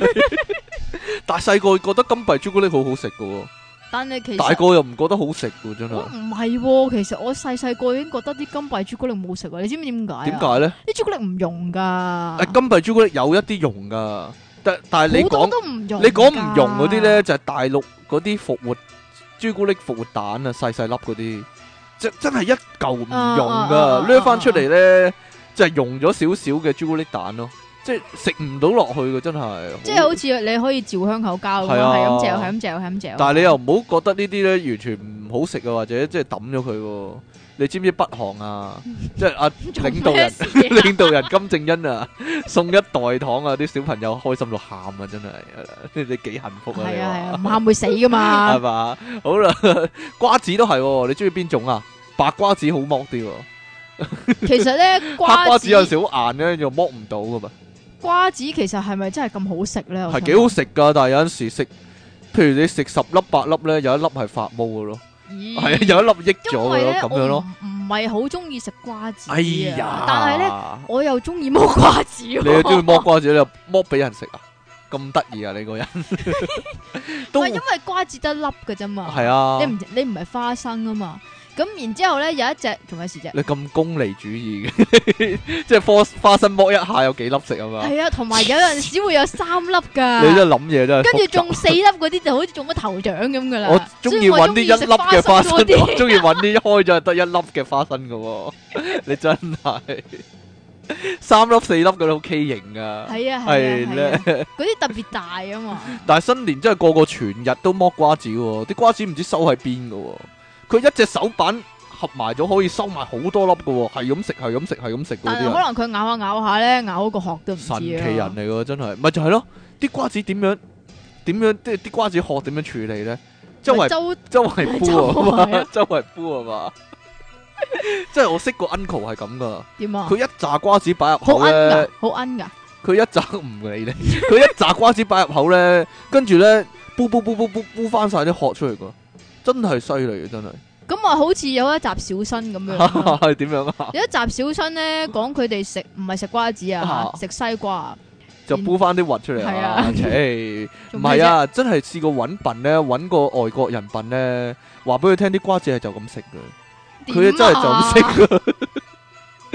Speaker 1: 但係細個覺得金幣朱古力好好食噶，
Speaker 2: 但係其實
Speaker 1: 大個又唔覺得好食噶，真
Speaker 2: 我
Speaker 1: 係。
Speaker 2: 唔係喎，其實我細細個已經覺得啲金幣朱古力冇食喎，你知唔知點解啊？
Speaker 1: 點解咧？
Speaker 2: 啲朱古力唔用噶，
Speaker 1: 啊金幣朱古力有一啲用噶，但但係你
Speaker 2: 好多
Speaker 1: 講
Speaker 2: 都唔用㗎。
Speaker 1: 你講唔用嗰啲咧，就係大陸嗰啲復活朱古力復活蛋啊，細細粒嗰啲，真真係一嚿唔用
Speaker 2: 啊啊
Speaker 1: 噶
Speaker 2: 啊，
Speaker 1: 掠翻出嚟咧就係溶咗少少嘅朱古力蛋咯，即係食唔到落去嘅真係。
Speaker 2: 即係好似你可以嚼香口膠咁
Speaker 1: 係
Speaker 2: 樣，
Speaker 1: 啊
Speaker 2: 係咁嚼，係咁嚼，係咁嚼。
Speaker 1: 但係你又唔好覺得呢啲咧完全唔好食啊，或者即係抌咗佢喎。你知唔知北韓 啊？即係啊
Speaker 2: 做咩
Speaker 1: 領導人
Speaker 2: 事啊
Speaker 1: 領導人金正恩啊， 送一袋糖啊，啲小朋友開心到喊啊，真係 你你幾幸福啊！
Speaker 2: 係
Speaker 1: 你
Speaker 2: 啊係啊，
Speaker 1: 話
Speaker 2: 唔喊會死噶
Speaker 1: 係啊
Speaker 2: 嘛。
Speaker 1: 嘛？好啦， 瓜子都係喎，你中意邊種啊？白瓜子好剝啲喎，
Speaker 2: 其實咧
Speaker 1: 黑瓜
Speaker 2: 瓜
Speaker 1: 子有
Speaker 2: 子
Speaker 1: 時好硬咧，又剝唔到噶嘛。
Speaker 2: 瓜子其實係咪真係咁好食咧？
Speaker 1: 係幾好食㗎，但係有陣時食，譬如你食十粒八粒咧，有一粒係發毛嘅咯，
Speaker 2: 好
Speaker 1: 係啊， 有一粒益咗
Speaker 2: 因
Speaker 1: 嘅
Speaker 2: 為
Speaker 1: 咯，
Speaker 2: 咧
Speaker 1: 咁樣咯。
Speaker 2: 我唔唔係好中意食瓜子啊。
Speaker 1: 哎呀！
Speaker 2: 但係咧我又中意剝瓜子喎。
Speaker 1: 你都要 剝瓜子，你又剝俾人食啊？咁得意啊！你個人
Speaker 2: 唔
Speaker 1: 都
Speaker 2: 係因為瓜子得粒嘅啫嘛。
Speaker 1: 係啊
Speaker 2: 你！唔你唔係花生啊嘛。咁然之後咧有一隻仲有時啫，
Speaker 1: 你咁功利主義嘅， 即係花花生剝一下有幾粒食啊嘛？
Speaker 2: 係啊，同埋有陣時會有三粒㗎。
Speaker 1: 你真係諗嘢真係
Speaker 2: 跟住
Speaker 1: 複雜。
Speaker 2: 中四粒嗰啲就好似中咗頭獎咁噶啦。
Speaker 1: 我中意揾啲一粒嘅花生，
Speaker 2: 所以我
Speaker 1: 我
Speaker 2: 中意食
Speaker 1: 中意揾啲一開咗就得一粒嘅花生嘅喎。 你真係三粒四粒嗰啲好畸形
Speaker 2: 多
Speaker 1: 噶
Speaker 2: 啲。， 係啊
Speaker 1: 係
Speaker 2: 係啊，
Speaker 1: 咧。
Speaker 2: 嗰啲特別大啊嘛。
Speaker 1: 但係新年真係個個全日都剝瓜子喎，啲瓜子唔知收喺邊嘅喎。佢一隻手板合埋咗，可以收埋好多粒嘅喎，係咁食，係咁食，係咁食嗰
Speaker 2: 但
Speaker 1: 啲啊，
Speaker 2: 係可能佢咬下咬下咧，咬個殼都唔知
Speaker 1: 神
Speaker 2: 啊。
Speaker 1: 奇人嚟嘅真係，咪就係咯？啲瓜子點樣點樣，即係啲瓜子殼點樣處理咧？周圍
Speaker 2: 周
Speaker 1: 周圍鋪啊嘛， 周圍鋪啊嘛，即係我識個 uncle 係咁噶，
Speaker 2: 點啊？
Speaker 1: 佢一扎瓜子擺入
Speaker 2: 好
Speaker 1: 口咧
Speaker 2: 奀㗎，，好奀㗎。
Speaker 1: 佢一扎唔理你， 佢一扎瓜子擺入口咧，跟住咧，煲煲煲煲煲煲翻晒啲殼出嚟噶，真係犀利啊！真
Speaker 2: 咁啊，好似有一集小新 咁樣啦。
Speaker 1: 係係點樣啊？
Speaker 2: 有一集小新咧講佢哋食唔係食瓜子啊
Speaker 1: 啊，
Speaker 2: 食西瓜啊。
Speaker 1: 就煲翻啲核出嚟
Speaker 2: 係
Speaker 1: 啊
Speaker 2: 啊！
Speaker 1: 切唔
Speaker 2: 做咩
Speaker 1: 係
Speaker 2: 啫，
Speaker 1: 啊，真係試過揾笨咧，揾個外國人笨咧，話俾佢聽啲瓜子係就咁食嘅，佢
Speaker 2: 點啊
Speaker 1: 真係就咁。食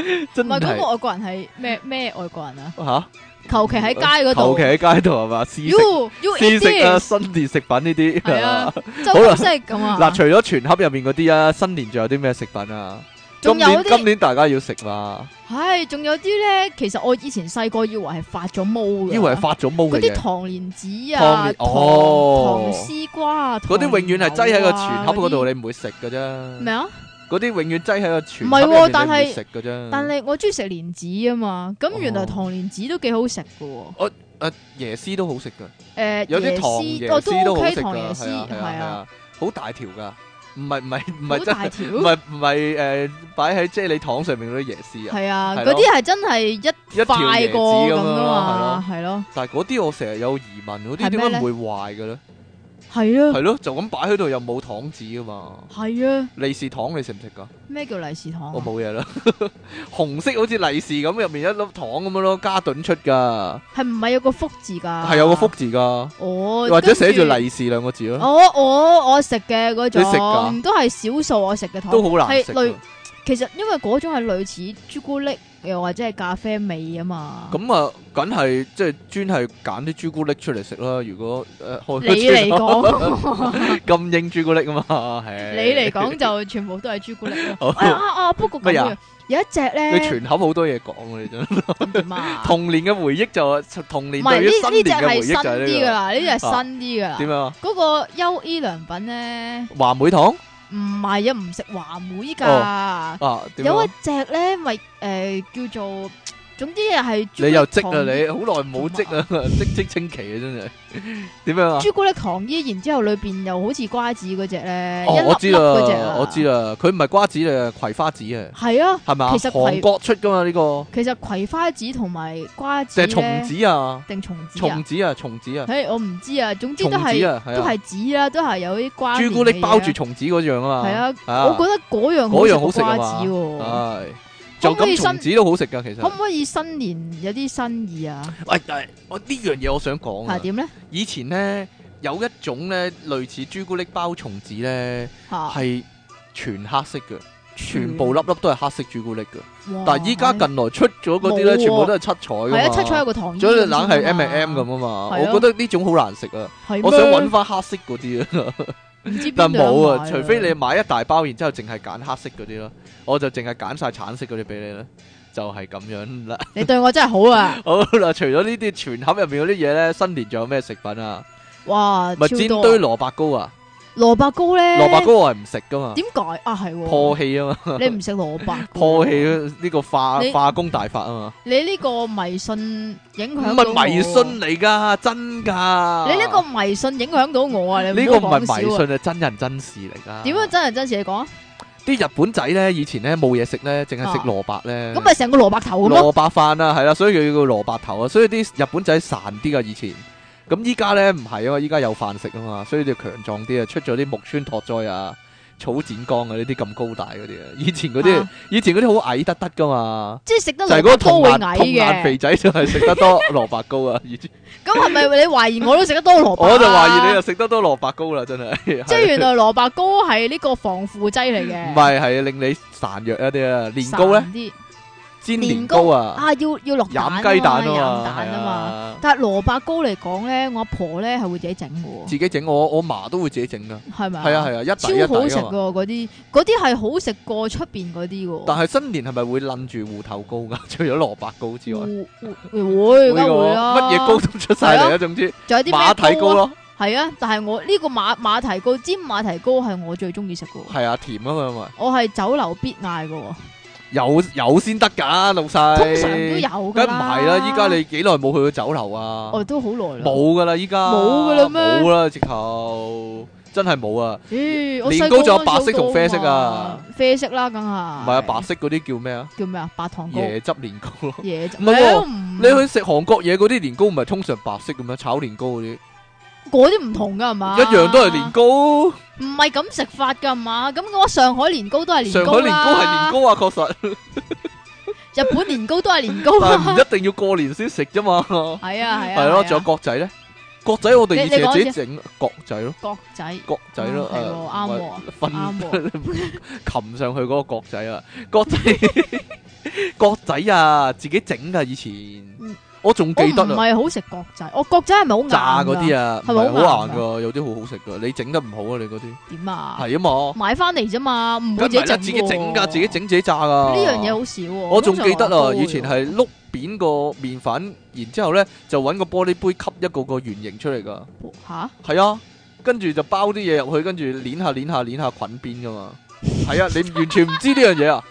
Speaker 1: 嘅， 真
Speaker 2: 唔係嗰個
Speaker 1: 係
Speaker 2: 外國人係咩咩外國人啊？
Speaker 1: 嚇。
Speaker 2: 求其喺街嗰
Speaker 1: 求
Speaker 2: 度
Speaker 1: 其。喺街度係嘛？試
Speaker 2: You
Speaker 1: 食
Speaker 2: you
Speaker 1: 試
Speaker 2: eat
Speaker 1: 食啊，
Speaker 2: this，
Speaker 1: 新年食品呢啲
Speaker 2: 係啊
Speaker 1: 係嘛
Speaker 2: 周
Speaker 1: 好啦
Speaker 2: 公式咁啊。
Speaker 1: 嗱，除咗全盒入面嗰啲啊，新年仲有啲咩食品啊？今
Speaker 2: 仲有
Speaker 1: 年
Speaker 2: 啲
Speaker 1: 今。年大家要食嘛？
Speaker 2: 唉，仲有啲咧，其實我以前細個以為係發咗毛嘅，
Speaker 1: 以為係發咗毛
Speaker 2: 嗰
Speaker 1: 嘅
Speaker 2: 啲
Speaker 1: 嘢，
Speaker 2: 糖蓮子
Speaker 1: 糖
Speaker 2: 啊
Speaker 1: 蓮、
Speaker 2: 糖
Speaker 1: 哦
Speaker 2: 糖絲瓜啊，
Speaker 1: 嗰啲永遠係擠喺個全盒嗰度，嗯
Speaker 2: 咧。
Speaker 1: 你唔會食嘅啫。
Speaker 2: 咩啊？
Speaker 1: 嗰啲永遠擠喺個全
Speaker 2: 唔
Speaker 1: 盒
Speaker 2: 係
Speaker 1: 入
Speaker 2: 喎
Speaker 1: 面，
Speaker 2: 但
Speaker 1: 你唔會
Speaker 2: 係
Speaker 1: 食嘅啫。
Speaker 2: 但係我中意食蓮子啊嘛，咁原
Speaker 1: 哦
Speaker 2: 來糖蓮子都幾好食嘅喎。
Speaker 1: 誒椰絲都好食㗎，
Speaker 2: 誒，
Speaker 1: 有啲
Speaker 2: 呃椰
Speaker 1: 糖
Speaker 2: 絲
Speaker 1: 椰
Speaker 2: 我
Speaker 1: 絲
Speaker 2: 都
Speaker 1: 都好
Speaker 2: OK，
Speaker 1: 食
Speaker 2: 糖椰
Speaker 1: 㗎，
Speaker 2: 絲
Speaker 1: 係啊係啊係
Speaker 2: 係啊，
Speaker 1: 啊，好大條㗎，唔係唔係唔
Speaker 2: 好
Speaker 1: 係真
Speaker 2: 大條，
Speaker 1: 唔係唔係誒擺喺啫喱糖上面嗰啲椰絲啊，
Speaker 2: 係啊，
Speaker 1: 係咯
Speaker 2: 嗰啲係真係一
Speaker 1: 一條
Speaker 2: 塊
Speaker 1: 椰子
Speaker 2: 過
Speaker 1: 咁
Speaker 2: 咁
Speaker 1: 樣
Speaker 2: 噶
Speaker 1: 咯，係咯
Speaker 2: 嘛，。係咯，
Speaker 1: 但係嗰啲我成日有疑問，嗰
Speaker 2: 係咩
Speaker 1: 啲點解
Speaker 2: 咧
Speaker 1: 唔會壞嘅咧？
Speaker 2: 係啊，
Speaker 1: 係咯，就咁擺喺度又冇糖紙噶嘛？
Speaker 2: 係啊，
Speaker 1: 利是糖你食唔食噶？
Speaker 2: 咩叫利是糖
Speaker 1: 我
Speaker 2: 啊？
Speaker 1: 冇嘢啦， 紅色好似利是咁，入面一粒糖咁樣咯，加頓出噶，
Speaker 2: 係唔係有個福字㗎？
Speaker 1: 係有個福，字噶，
Speaker 2: 啊哦，
Speaker 1: 或者寫住
Speaker 2: 跟住哦
Speaker 1: 利是兩個字咯，
Speaker 2: 我我我食嘅嗰
Speaker 1: 你食㗎
Speaker 2: 種都係少數我食嘅糖，
Speaker 1: 都好難食啊
Speaker 2: 係
Speaker 1: 㗎
Speaker 2: 類。其實因為嗰種係類似朱古力又或者係咖啡味啊嘛。
Speaker 1: 咁啊，梗係即係專係揀啲朱古力出嚟食啦。如果誒開
Speaker 2: 你嚟講，
Speaker 1: 咁應朱古力啊嘛，係
Speaker 2: 你嚟講就全部都係朱古力 啦。
Speaker 1: 好
Speaker 2: 啊啊啊！不過咁
Speaker 1: 哦乜
Speaker 2: 樣
Speaker 1: 呀
Speaker 2: 有一隻
Speaker 1: 你
Speaker 2: 咧，
Speaker 1: 全口好多嘢講啊！你真
Speaker 2: 點啊？
Speaker 1: 童年嘅回憶就童
Speaker 2: 唔
Speaker 1: 年
Speaker 2: 係
Speaker 1: 對於
Speaker 2: 呢呢
Speaker 1: 新
Speaker 2: 隻
Speaker 1: 年嘅
Speaker 2: 係
Speaker 1: 回
Speaker 2: 新
Speaker 1: 憶就係
Speaker 2: 啲噶
Speaker 1: 呢
Speaker 2: 啦，呢隻係新啲噶
Speaker 1: 個
Speaker 2: 啦。
Speaker 1: 點啊？
Speaker 2: 嗰個優衣良品咧，
Speaker 1: 話梅糖
Speaker 2: 唔係啊，唔食華妹㗎。
Speaker 1: 啊？點
Speaker 2: 有
Speaker 1: 啊
Speaker 2: 一？隻咧，咪誒叫做，總之係朱古
Speaker 1: 你
Speaker 2: 力
Speaker 1: 又積
Speaker 2: 糖
Speaker 1: 啊！你好耐冇積啊， 積積清奇啊，真係點樣啊？
Speaker 2: 朱古力糖衣，然之後裏邊又好似瓜子嗰只咧，
Speaker 1: 哦
Speaker 2: 一，粒
Speaker 1: 我知
Speaker 2: 粒
Speaker 1: 啦
Speaker 2: 嗰只啊，，
Speaker 1: 我知啦，佢唔係瓜子啊，葵花子啊，
Speaker 2: 係啊，
Speaker 1: 係咪啊？
Speaker 2: 其實葵
Speaker 1: 韓國出噶嘛呢個，
Speaker 2: 其實葵花籽同埋瓜子
Speaker 1: 定係
Speaker 2: 咧
Speaker 1: 松子啊，
Speaker 2: 定松子啊
Speaker 1: 松，子啊，松子啊，
Speaker 2: 唉，我唔知啊，總之
Speaker 1: 松
Speaker 2: 都
Speaker 1: 子啊，
Speaker 2: 係
Speaker 1: 係
Speaker 2: 都
Speaker 1: 啊，
Speaker 2: 係籽啦，都係有啲瓜啊
Speaker 1: 朱古力包住松子嗰樣啊嘛，
Speaker 2: 係啊，
Speaker 1: 啊
Speaker 2: 我覺得嗰樣
Speaker 1: 嗰樣好
Speaker 2: 好
Speaker 1: 食
Speaker 2: 食過
Speaker 1: 啊
Speaker 2: 瓜
Speaker 1: 嘛
Speaker 2: 子喎，
Speaker 1: 唉，
Speaker 2: 可
Speaker 1: 就
Speaker 2: 唔可
Speaker 1: 咁
Speaker 2: 以新
Speaker 1: 松子都好食噶，其
Speaker 2: 可唔
Speaker 1: 實。
Speaker 2: 可以新年有啲新意啊？
Speaker 1: 喂，但係我呢樣嘢我想講啊
Speaker 2: 係，點咧？
Speaker 1: 以前咧有一種咧類似朱古力包松子咧
Speaker 2: 嚇，
Speaker 1: 係全黑色嘅，全部粒粒都係黑色朱古力嘅。
Speaker 2: 哇
Speaker 1: 但係依家近來出咗嗰啲
Speaker 2: 哦冇
Speaker 1: 咧，
Speaker 2: 喎
Speaker 1: 全部都係七彩㗎嘛
Speaker 2: 係啊，七彩有個糖衣
Speaker 1: 仲
Speaker 2: 咁
Speaker 1: 有隻
Speaker 2: 先㗎嘛，
Speaker 1: 冷係 M M 咁啊嘛，
Speaker 2: 係啊
Speaker 1: 我覺得呢種好難食啊，
Speaker 2: 係咩，
Speaker 1: 我想揾翻黑色嗰啲啊，
Speaker 2: 唔知邊
Speaker 1: 但
Speaker 2: 度有
Speaker 1: 冇啊，
Speaker 2: 賣
Speaker 1: 除非你買一大包，然之後淨係揀黑色嗰啲咯，我就淨係揀晒橙色嗰啲俾你啦，就係咁樣啦。
Speaker 2: 你對我真係好啊！
Speaker 1: 好啦，除咗呢啲全盒入面嗰啲嘢咧，新年仲有咩食品啊？
Speaker 2: 哇，
Speaker 1: 咪
Speaker 2: 超
Speaker 1: 煎
Speaker 2: 多啊
Speaker 1: 堆蘿蔔糕啊，
Speaker 2: 蘿蔔糕咧，
Speaker 1: 蘿蔔糕我係唔食噶嘛，
Speaker 2: 點解啊？係喎
Speaker 1: 破氣啊嘛，
Speaker 2: 你唔食蘿蔔，
Speaker 1: 破氣，呢個化
Speaker 2: 你
Speaker 1: 化工大法啊嘛。
Speaker 2: 你呢個迷信影
Speaker 1: 唔
Speaker 2: 響到我
Speaker 1: 係迷信，嚟噶，真噶。
Speaker 2: 你呢個迷信影響到我啊！你
Speaker 1: 呢
Speaker 2: 個
Speaker 1: 個唔係迷，信啊，真人真事嚟噶。
Speaker 2: 點樣真人真事你講啊？
Speaker 1: 啲日本仔咧，以前咧冇嘢食咧，淨係食
Speaker 2: 啊
Speaker 1: 蘿蔔咧。
Speaker 2: 咁咪成個蘿蔔頭咁
Speaker 1: 蘿
Speaker 2: 咯，
Speaker 1: 蔔飯啊，係啦，所以佢叫蘿蔔頭啊。所以啲日本仔孱啲噶以前。咁依家咧唔係啊嘛，依家有飯食啊嘛，所以就強壯啲啊，出咗啲木村拓哉啊、 草剪光啊呢啲咁高大嗰啲啊。以前嗰啲
Speaker 2: 啊，
Speaker 1: 以前嗰啲好矮得得噶嘛，
Speaker 2: 即係食得
Speaker 1: 就係
Speaker 2: 蘿
Speaker 1: 嗰個
Speaker 2: 蔔糕
Speaker 1: 童
Speaker 2: 會
Speaker 1: 顏
Speaker 2: 矮
Speaker 1: 童顏肥
Speaker 2: 嘅。
Speaker 1: 仔就係食得多蘿蔔糕啊。以前
Speaker 2: 咁係咪你懷疑 我都食得多蘿蔔 啊？
Speaker 1: 我就懷疑你又食得多蘿蔔糕啦，真係。
Speaker 2: 即係原來蘿蔔糕係呢個防腐劑嚟 嘅，
Speaker 1: 唔係，係令你孱弱一啲啊！年糕咧，
Speaker 2: 散啲
Speaker 1: 煎年
Speaker 2: 年
Speaker 1: 糕
Speaker 2: 糕
Speaker 1: 啊，
Speaker 2: 啊，要要落
Speaker 1: 飲
Speaker 2: 雞
Speaker 1: 雞蛋啊
Speaker 2: 飲
Speaker 1: 嘛，
Speaker 2: 蛋
Speaker 1: 係
Speaker 2: 啊嘛。
Speaker 1: 啊，
Speaker 2: 但係蘿蔔糕嚟講咧，我阿婆咧係會自己整嘅喎，
Speaker 1: 自己整我我嫲都會自己整噶，
Speaker 2: 係咪？
Speaker 1: 係啊係啊，一
Speaker 2: 超
Speaker 1: 底一
Speaker 2: 好
Speaker 1: 底
Speaker 2: 食
Speaker 1: 啊嘛。
Speaker 2: 噶嗰啲，嗰啲係好食過出邊嗰啲噶。
Speaker 1: 但係新年係咪會冧住芋頭糕噶？ 除咗蘿蔔糕之外，
Speaker 2: 會會會
Speaker 1: 會
Speaker 2: 梗嗯會
Speaker 1: 㗎
Speaker 2: 啦，
Speaker 1: 乜嘢糕都出晒嚟
Speaker 2: 係
Speaker 1: 啊！總之
Speaker 2: 仲有啲
Speaker 1: 馬蹄
Speaker 2: 咩
Speaker 1: 糕
Speaker 2: 糕啊？
Speaker 1: 咯，
Speaker 2: 係啊，但係我呢個馬馬蹄糕煎馬蹄糕係我最中意食噶。
Speaker 1: 係啊，甜啊嘛嘛，
Speaker 2: 我係酒樓必嗌噶，
Speaker 1: 有有先得㗎，老細。
Speaker 2: 通常都有
Speaker 1: 梗
Speaker 2: 噶
Speaker 1: 唔係啦！依家你幾耐冇去過酒樓啊？
Speaker 2: 我都好耐啦。
Speaker 1: 冇㗎啦，依家
Speaker 2: 冇㗎啦咩
Speaker 1: 冇啦，直頭真係冇啊！
Speaker 2: 咦，我
Speaker 1: 年
Speaker 2: 細
Speaker 1: 糕
Speaker 2: 個
Speaker 1: 仲有
Speaker 2: 嗰陣
Speaker 1: 白色
Speaker 2: 時好
Speaker 1: 同啡色
Speaker 2: 多
Speaker 1: 啊
Speaker 2: 嘛，啡色啦，梗係
Speaker 1: 唔係啊，白色嗰啲叫咩啊？
Speaker 2: 叫咩啊？白糖糕
Speaker 1: 椰汁年糕咯。
Speaker 2: 椰汁
Speaker 1: 唔係喎
Speaker 2: 哎
Speaker 1: 你
Speaker 2: 唔
Speaker 1: 去食韓國嘢嗰啲年糕唔係通常白色嘅咩？炒年糕嗰啲
Speaker 2: 嗰啲唔同噶係嘛？
Speaker 1: 一樣都係年糕。
Speaker 2: 唔係咁食法噶嘛？咁我上海年糕都係年
Speaker 1: 上
Speaker 2: 糕
Speaker 1: 海年糕係年
Speaker 2: 啦
Speaker 1: 糕啊，確實，
Speaker 2: 日本年糕都係年糕
Speaker 1: 但係唔
Speaker 2: 啦。
Speaker 1: 一定要過年先食啫嘛。
Speaker 2: 係啊係 啊，
Speaker 1: 係咯，
Speaker 2: 係啊
Speaker 1: 仲有角仔咧，角仔我哋以
Speaker 2: 你你
Speaker 1: 前
Speaker 2: 講
Speaker 1: 自己整角仔咯，
Speaker 2: 角仔
Speaker 1: 角仔咯，
Speaker 2: 嗯係
Speaker 1: 誒
Speaker 2: 喎啱喎啱
Speaker 1: 瞓 擒上去嗰個角仔啊，角仔 角仔啊，自己整噶以前
Speaker 2: 嗯，
Speaker 1: 我仲
Speaker 2: 我
Speaker 1: 記得
Speaker 2: 唔
Speaker 1: 啊，
Speaker 2: 係好食角仔，我角仔係咪好硬
Speaker 1: 炸嗰啲
Speaker 2: 啊？
Speaker 1: 啊，唔
Speaker 2: 係咪好
Speaker 1: 係好
Speaker 2: 硬
Speaker 1: 硬
Speaker 2: 㗎
Speaker 1: 噶，有啲好好食噶，你整得唔好啊，你嗰啲
Speaker 2: 點啊？
Speaker 1: 係啊嘛。
Speaker 2: 買翻嚟啫嘛，唔
Speaker 1: 梗
Speaker 2: 會自己
Speaker 1: 係啦，
Speaker 2: 整。
Speaker 1: 自己整噶，自己。整自己炸噶。
Speaker 2: 呢樣嘢好少喎。
Speaker 1: 我仲記得啊，以前
Speaker 2: 係
Speaker 1: 係碌扁個麵粉，然之後咧就揾個玻璃杯吸一個個圓形出嚟噶。
Speaker 2: 吓
Speaker 1: 係啊，跟住就包啲嘢入去，跟住捻下捻下捻下捆邊噶嘛。係啊，你完全唔知呢樣嘢啊！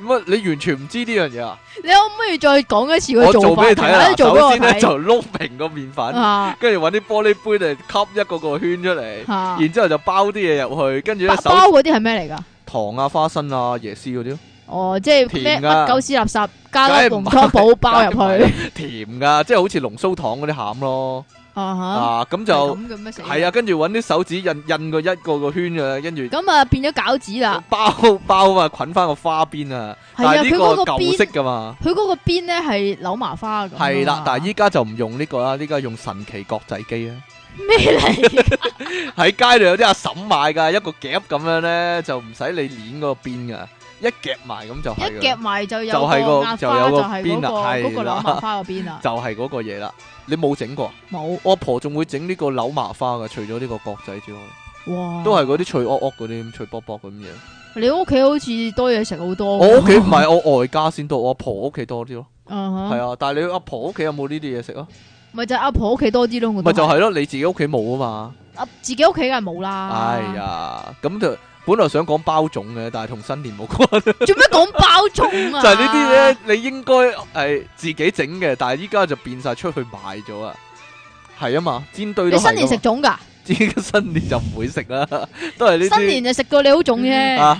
Speaker 1: 乜你完全唔知呢樣嘢啊？
Speaker 2: 你可唔可以再講一次
Speaker 1: 我
Speaker 2: 個
Speaker 1: 做
Speaker 2: 法？
Speaker 1: 俾你睇啊！
Speaker 2: 你做俾
Speaker 1: 首
Speaker 2: 我
Speaker 1: 先咧
Speaker 2: 睇
Speaker 1: 就碌平個面粉，
Speaker 2: 啊
Speaker 1: 跟住揾啲玻璃杯嚟吸一個個圈出嚟，
Speaker 2: 啊！
Speaker 1: 然之後就包啲嘢入去，跟住咧
Speaker 2: 包
Speaker 1: 手
Speaker 2: 包嗰啲係咩嚟㗎？
Speaker 1: 糖啊、花生啊、椰絲嗰啲咯，
Speaker 2: 哦，即係咩
Speaker 1: 甜㗎
Speaker 2: 乜狗屎垃圾加
Speaker 1: 梗係
Speaker 2: 粒
Speaker 1: 唔
Speaker 2: 濃湯寶包入
Speaker 1: 梗係
Speaker 2: 去
Speaker 1: 甜噶，即係好似龍鬚糖嗰啲餡咯。
Speaker 2: 啊
Speaker 1: 啊，咁
Speaker 2: 吓？
Speaker 1: 就
Speaker 2: 係咁嘅咩死？
Speaker 1: 係啊，跟住揾啲手指印印個一個個圈嘅，跟住
Speaker 2: 咁啊變咗餃子啦。
Speaker 1: 包包啊，捆翻個花邊啊。
Speaker 2: 係啊，
Speaker 1: 哦但係
Speaker 2: 佢
Speaker 1: 呢
Speaker 2: 嗰
Speaker 1: 個
Speaker 2: 個
Speaker 1: 舊式
Speaker 2: 邊，
Speaker 1: 噶嘛。
Speaker 2: 佢嗰個邊咧係扭麻花咁啊。
Speaker 1: 係啦，但係依家就唔用呢個啦，呢家用神奇國際機啊！
Speaker 2: 咩嚟？
Speaker 1: 喺街度有啲阿嬸買㗎，一個夾咁樣咧就唔使你攣嗰個邊㗎，一夾埋咁就係
Speaker 2: 一
Speaker 1: 㗎
Speaker 2: 夾
Speaker 1: 啦，
Speaker 2: 埋就有
Speaker 1: 就係
Speaker 2: 個
Speaker 1: 個
Speaker 2: 壓花，
Speaker 1: 就
Speaker 2: 就
Speaker 1: 有個
Speaker 2: 係嗰
Speaker 1: 邊
Speaker 2: 個
Speaker 1: 啊係啦
Speaker 2: 嗰個扭麻花個 邊啊，
Speaker 1: 就係嗰個嘢啦。你冇整過？
Speaker 2: 冇
Speaker 1: 我阿婆仲會整呢個扭麻花㗎，除咗呢個國際之外，
Speaker 2: 哦哇！
Speaker 1: 都係嗰啲脆噏噏嗰啲脆卜卜咁嘢。
Speaker 2: 你屋企好似多嘢食好多。
Speaker 1: 我屋企唔係我外家先多，我阿婆屋企多啲咯。
Speaker 2: 啊
Speaker 1: 係
Speaker 2: 哈，
Speaker 1: 啊，但係你阿婆屋企有冇呢啲嘢食啊？
Speaker 2: 咪就係阿婆屋企多啲咯。我都
Speaker 1: 咪就係咯，你自己屋企冇啊嘛。
Speaker 2: 啊自己屋企梗係冇啦。
Speaker 1: 哎，呀，咁就本來想講包粽嘅，但係同新年冇關，就
Speaker 2: 做咩講包 粽啊？
Speaker 1: 係呢啲咧，你應該係自己整嘅，但係依家就變晒出去買咗啊，係啊嘛，煎堆都
Speaker 2: 你
Speaker 1: 係㗎嘛
Speaker 2: 新 年食粽㗎？
Speaker 1: 自己新年就唔會食啦，都係呢啲
Speaker 2: 新年就食到你好粽啫，
Speaker 1: 啊，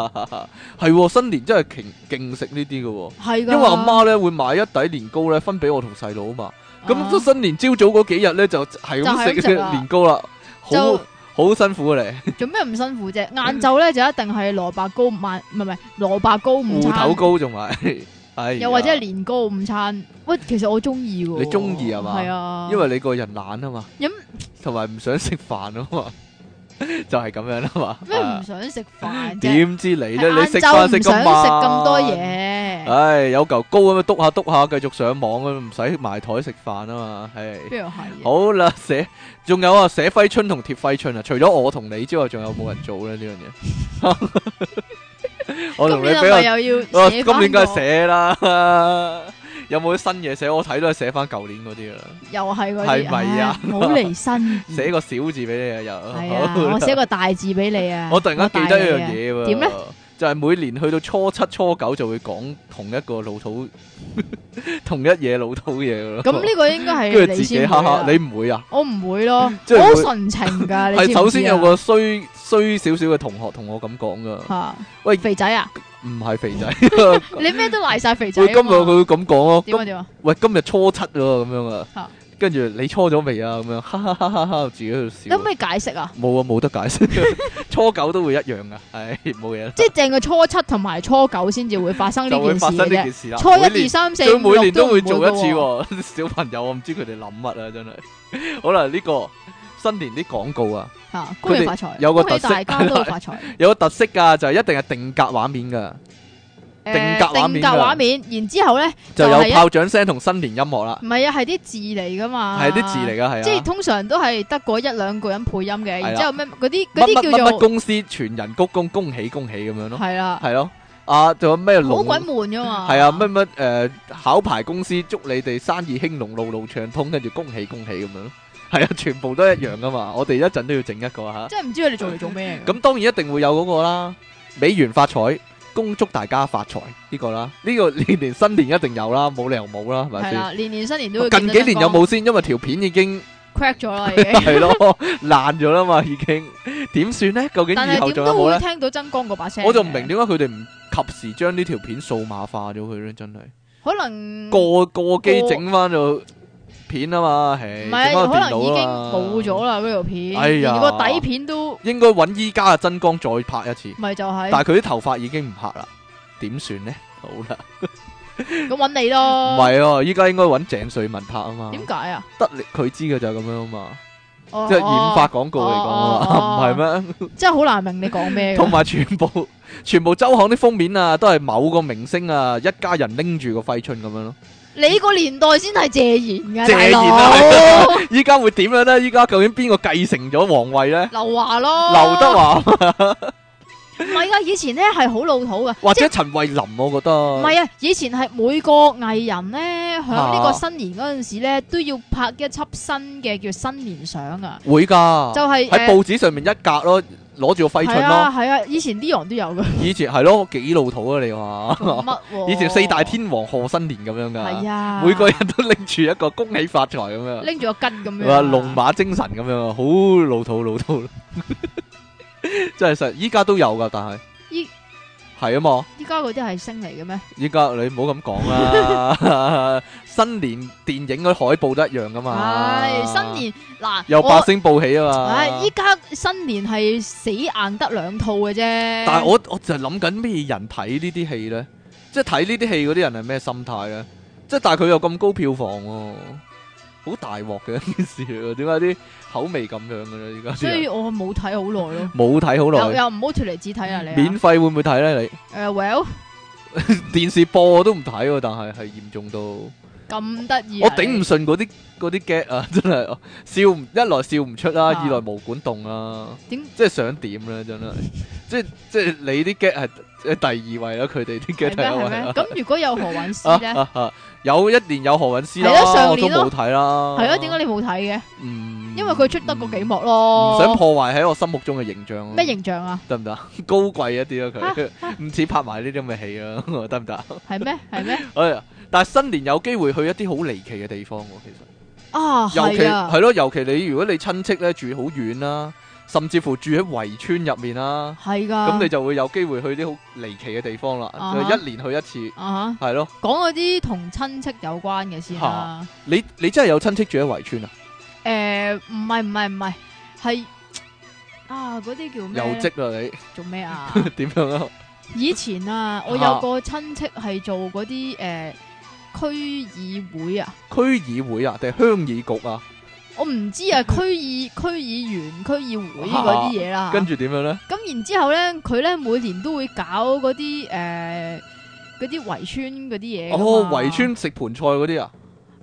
Speaker 1: 係喎新年真係勁勁食呢啲嘅喎，
Speaker 2: 係㗎。
Speaker 1: 因為阿媽咧會買一底年糕咧分俾我同細佬啊嘛，咁都新年朝早嗰幾日咧就係
Speaker 2: 就係
Speaker 1: 咁
Speaker 2: 咁
Speaker 1: 食
Speaker 2: 食 啦
Speaker 1: 年糕啦，好
Speaker 2: 就
Speaker 1: 好辛苦啊你。
Speaker 2: 做咩唔辛苦啫？晏晝咧就一定係蘿蔔糕午晚，唔係唔係蘿蔔糕午
Speaker 1: 芋頭
Speaker 2: 餐，
Speaker 1: 糕仲係， 哎呀
Speaker 2: 又或者係年糕午餐。喂，其實我中意喎。
Speaker 1: 你鍾意係嘛
Speaker 2: 係啊，
Speaker 1: 因為你個人懶啊嘛，
Speaker 2: 咁
Speaker 1: 同埋唔想食飯啊嘛， 就係咁樣啦嘛。
Speaker 2: 咩唔
Speaker 1: 啊
Speaker 2: 想食飯啫？
Speaker 1: 點知你
Speaker 2: 係
Speaker 1: 咧？
Speaker 2: 晏
Speaker 1: 你食
Speaker 2: 晝
Speaker 1: 飯
Speaker 2: 唔
Speaker 1: 食
Speaker 2: 想
Speaker 1: 咁
Speaker 2: 食咁多嘢。。
Speaker 1: 唉，有嚿糕咁樣篤下篤下，繼續上網啊，唔使埋台食飯啊嘛，係。
Speaker 2: 邊度係？
Speaker 1: 好啦，寫仲有啊，寫揮春同貼揮春啊，除咗我同你之外，仲有冇人做咧呢樣 嘢？我同
Speaker 2: 今
Speaker 1: 你
Speaker 2: 年
Speaker 1: 比
Speaker 2: 係
Speaker 1: 較
Speaker 2: 咪又要
Speaker 1: 啊，
Speaker 2: 寫
Speaker 1: 今
Speaker 2: 翻個
Speaker 1: 年梗係寫啦，有冇啲新嘢寫？我睇都係寫翻舊年嗰啲啦，
Speaker 2: 又係嗰啲
Speaker 1: 係咪啊
Speaker 2: 唉冇離身。
Speaker 1: 寫個小字俾你啊，又
Speaker 2: 嗯係啊，
Speaker 1: 好啦
Speaker 2: 我寫個大字俾你 啊。
Speaker 1: 我突然間記得一樣嘢喎，
Speaker 2: 點咧？
Speaker 1: 就係每年去到初七、初九就會講同一個老土 同一嘢老土嘢㗎咯。
Speaker 2: 咁呢個應該係
Speaker 1: 跟住自己
Speaker 2: 先
Speaker 1: 哈哈，你
Speaker 2: 會啊
Speaker 1: 唔會啊？
Speaker 2: 我唔會咯，
Speaker 1: 即
Speaker 2: 我
Speaker 1: 係
Speaker 2: 好
Speaker 1: 會
Speaker 2: 純 情㗎。你知唔
Speaker 1: 係
Speaker 2: 知
Speaker 1: 首先有
Speaker 2: 啊
Speaker 1: 個衰衰少少嘅同學同我咁講噶，
Speaker 2: 吓，
Speaker 1: 喂
Speaker 2: 肥仔啊，
Speaker 1: 唔係肥 仔，
Speaker 2: 你咩都賴晒肥仔
Speaker 1: 佢
Speaker 2: 啊
Speaker 1: 今
Speaker 2: 嘛。
Speaker 1: 日佢會咁講咯。
Speaker 2: 啊點啊點啊，
Speaker 1: 喂，今日初七喎，咁樣啊
Speaker 2: 嚇，
Speaker 1: 跟住你初咗未啊？咁樣，哈哈哈哈哈，自己喺度
Speaker 2: 你
Speaker 1: 笑
Speaker 2: 可唔
Speaker 1: 啊。
Speaker 2: 可以解釋啊？
Speaker 1: 冇啊，冇得解釋。 初九都會一樣噶，唉，冇嘢啦，
Speaker 2: 即係淨係初七同埋初九先至會發生呢
Speaker 1: 就會
Speaker 2: 件事
Speaker 1: 發生呢
Speaker 2: 嘅啫
Speaker 1: 件。事啦。
Speaker 2: 初
Speaker 1: 每
Speaker 2: 一、
Speaker 1: 年
Speaker 2: 二、三、四、
Speaker 1: 佢
Speaker 2: 五、
Speaker 1: 每
Speaker 2: 六
Speaker 1: 年
Speaker 2: 都
Speaker 1: 都
Speaker 2: 唔會
Speaker 1: 會做一次
Speaker 2: 㗎喎。
Speaker 1: 喎。 小朋友，我唔知佢哋諗乜啊，真係。 好啦，呢個新年啲廣告啊，
Speaker 2: 嚇，恭
Speaker 1: 佢
Speaker 2: 喜
Speaker 1: 哋
Speaker 2: 發財，
Speaker 1: 有個
Speaker 2: 恭喜
Speaker 1: 特色
Speaker 2: 大家都會發 財。
Speaker 1: 有個特色㗎，就係一定係定格畫面㗎，
Speaker 2: 誒
Speaker 1: 定格畫面㗎
Speaker 2: 定格畫面，然之後咧
Speaker 1: 就
Speaker 2: 就係
Speaker 1: 有
Speaker 2: 一
Speaker 1: 炮仗聲同新年音樂啦，
Speaker 2: 唔係啊，係啲字嚟噶嘛，
Speaker 1: 係啲字嚟。㗎，
Speaker 2: 即
Speaker 1: 係
Speaker 2: 係
Speaker 1: 啊。
Speaker 2: 通常都係得嗰一兩個人配音嘅，
Speaker 1: 係啦
Speaker 2: 然之後咩嗰啲嗰
Speaker 1: 乜乜
Speaker 2: 啲
Speaker 1: 乜
Speaker 2: 叫
Speaker 1: 乜
Speaker 2: 做
Speaker 1: 公司全人鞠躬，恭喜恭喜咁樣咯，
Speaker 2: 係啦，
Speaker 1: 係咯。啊，仲有咩
Speaker 2: 好
Speaker 1: 龍
Speaker 2: 鬼悶噶嘛。
Speaker 1: 係啊，乜乜诶，考牌公司祝你哋生意興隆，路路暢通，跟住恭喜恭喜咁樣咯。係啊， 全部都一樣噶嘛。我哋一陣都要整一個吓。
Speaker 2: 即係唔知佢哋做嚟做咩㗎。
Speaker 1: 咁當然一定會有嗰個啦，美元發財，恭祝大家發財呢個啦。呢個年年新年一定有啦，冇理由冇啦，係咪
Speaker 2: 係
Speaker 1: 先？哦
Speaker 2: 啦，年年新年都會
Speaker 1: 近幾年有冇先？因為條片已經
Speaker 2: crack 咗啦已 經？
Speaker 1: 係咯爛咗啦嘛，已經點算呢？究竟
Speaker 2: 但
Speaker 1: 以後
Speaker 2: 係
Speaker 1: 仲
Speaker 2: 點
Speaker 1: 有
Speaker 2: 都
Speaker 1: 冇
Speaker 2: 會
Speaker 1: 呢？
Speaker 2: 聽到曾光嗰把聲嘅。
Speaker 1: 我就唔明點解佢哋唔及時將呢條片數碼化咗佢咧，真係。
Speaker 2: 可能
Speaker 1: 個個機整翻個片啊嘛，
Speaker 2: 唔
Speaker 1: 係
Speaker 2: 係，
Speaker 1: 整
Speaker 2: 可
Speaker 1: 翻
Speaker 2: 能
Speaker 1: 個
Speaker 2: 已
Speaker 1: 電
Speaker 2: 經
Speaker 1: 腦啊
Speaker 2: 冇咗。啦嗰條片，
Speaker 1: 哎呀
Speaker 2: 連個底片都
Speaker 1: 應該揾依家嘅真光再拍一次，
Speaker 2: 咪就係
Speaker 1: 但係佢啲頭髮已經唔黑啦，點算呢？好啦，
Speaker 2: 咁揾你
Speaker 1: 唔
Speaker 2: 咯。
Speaker 1: 係啊，依家應該揾鄭瑞文拍啊嘛，
Speaker 2: 哦點解啊？
Speaker 1: 得你佢知嘅就係咁樣啊嘛，
Speaker 2: 哦
Speaker 1: 即係染髮
Speaker 2: 哦
Speaker 1: 廣告嚟講
Speaker 2: 哦哦
Speaker 1: 啊嘛，唔係咩？
Speaker 2: 真係啊好難明你講咩
Speaker 1: 同
Speaker 2: 㗎。
Speaker 1: 埋全部 全部周刊啲封面啊，都係某個明星啊，一家人拎住個揮春咁樣 咯。
Speaker 2: 你個年代先係謝賢㗎，
Speaker 1: 謝
Speaker 2: 大
Speaker 1: 賢啊
Speaker 2: 佬。
Speaker 1: 依家會點樣呢？依家究竟邊個繼承咗皇位呢？
Speaker 2: 劉華咯，
Speaker 1: 劉德 華
Speaker 2: 唔係啊，以前咧係好老土
Speaker 1: 或
Speaker 2: 㗎，即係
Speaker 1: 者陳慧琳，我覺得
Speaker 2: 唔係啊，以前係每個藝人咧，響
Speaker 1: 啊
Speaker 2: 呢個新年嗰陣時咧，都要拍一輯新嘅叫新年相啊，
Speaker 1: 會㗎，
Speaker 2: 就係
Speaker 1: 啊喺
Speaker 2: 誒
Speaker 1: 報紙上面一格咯，攞住個揮
Speaker 2: 係
Speaker 1: 春咯
Speaker 2: 啊。係啊，以前啲人都有 嘅，
Speaker 1: 以前係咯，幾老土啊你話。
Speaker 2: 做乜喎？
Speaker 1: 以前四大天王賀新年咁樣
Speaker 2: 哦係
Speaker 1: 噶，
Speaker 2: 啊，
Speaker 1: 每個人都拎住一個恭喜發財咁樣。
Speaker 2: 拎住個筋咁樣啊。
Speaker 1: 話龍馬精神咁樣啊，好老土老土， 真係實依家都有噶，但係
Speaker 2: 依
Speaker 1: 係啊嘛，
Speaker 2: 依家嗰啲係星嚟嘅咩？
Speaker 1: 依家你唔好咁講 啦，新年電影嗰啲海報都一樣噶嘛，
Speaker 2: 唉，新年嗱，
Speaker 1: 由
Speaker 2: 我
Speaker 1: 八星報喜啊嘛，
Speaker 2: 唉，依家新年係死硬得兩套嘅啫。
Speaker 1: 但係我我就係諗緊咩人睇呢啲戲咧，即係睇呢啲戲嗰啲人係咩心態咧？即係但係佢有咁高票房喎、好大鑊嘅一件事嚟喎，點解啲口味咁樣嘅咧？而家啲
Speaker 2: 所以
Speaker 1: 人
Speaker 2: 我冇睇好耐咯。
Speaker 1: 冇睇啊好
Speaker 2: 又
Speaker 1: 耐，
Speaker 2: 又唔好脱離紙睇啦你
Speaker 1: 免
Speaker 2: 啊。
Speaker 1: 費會唔會睇咧？你？
Speaker 2: 誒，well
Speaker 1: 電視播我都唔睇喎，但係係嚴重到我
Speaker 2: 咁得意啊，
Speaker 1: 頂唔順嗰啲嗰啲 get 啊， 真係笑唔一來笑唔出啦，
Speaker 2: 啊
Speaker 1: 二來毛管動啦，
Speaker 2: 你點
Speaker 1: 即係想點咧，真係，即係即係你啲 get 係係第二位啦，佢哋啲
Speaker 2: 係
Speaker 1: get
Speaker 2: 咩
Speaker 1: 啊係
Speaker 2: 係
Speaker 1: 一
Speaker 2: 咩？
Speaker 1: 位
Speaker 2: 咁如果有何韻詩咧，
Speaker 1: 啊啊啊有一年有何韻詩啦
Speaker 2: 係咯，上
Speaker 1: 我都
Speaker 2: 年咯
Speaker 1: 冇睇啦，
Speaker 2: 係啊咯？點解你冇睇嘅？
Speaker 1: 啊嗯？
Speaker 2: 因為佢出得嗰幾
Speaker 1: 唔
Speaker 2: 幕咯。
Speaker 1: 想破壞喺我心目中嘅形象咯
Speaker 2: 咩形象啊？
Speaker 1: 得唔得？高貴一啲咯，佢唔似拍埋呢啲咁嘅戲啊， 得唔得？
Speaker 2: 係咩？係咩？
Speaker 1: 哎呀！但係新年有機會去一啲好離奇嘅地方喎，其
Speaker 2: 啊，
Speaker 1: 實，尤其
Speaker 2: 係啊，
Speaker 1: 係咯，尤其你如果你親戚咧住好遠啦，甚至乎住喺圍村入面啦，
Speaker 2: 係噶。
Speaker 1: 咁你就會有機會去啲好離奇嘅地方啦，
Speaker 2: 啊
Speaker 1: 就
Speaker 2: 哈
Speaker 1: 一年去一次，
Speaker 2: 啊
Speaker 1: 係咯。
Speaker 2: 哈，講嗰啲同親戚有關嘅先啦。
Speaker 1: 你你真係有親戚住喺圍村啊？
Speaker 2: 誒，唔係唔係唔係，係啊嗰啲叫
Speaker 1: 有
Speaker 2: 咩呢？
Speaker 1: 職啦
Speaker 2: 做咩啊？
Speaker 1: 你 點樣啊？
Speaker 2: 以前啊，我有個親戚係做嗰啲誒區議會啊，
Speaker 1: 區議會啊，定係鄉議局啊？
Speaker 2: 我唔知
Speaker 1: 嗯
Speaker 2: 啊區議區議員、區議會嗰啲嘢啦。
Speaker 1: 跟住點樣咧？
Speaker 2: 咁然之後咧，佢咧每年都會搞嗰啲誒嗰啲圍村嗰啲嘢。
Speaker 1: 哦，圍。村食盤菜嗰啲啊，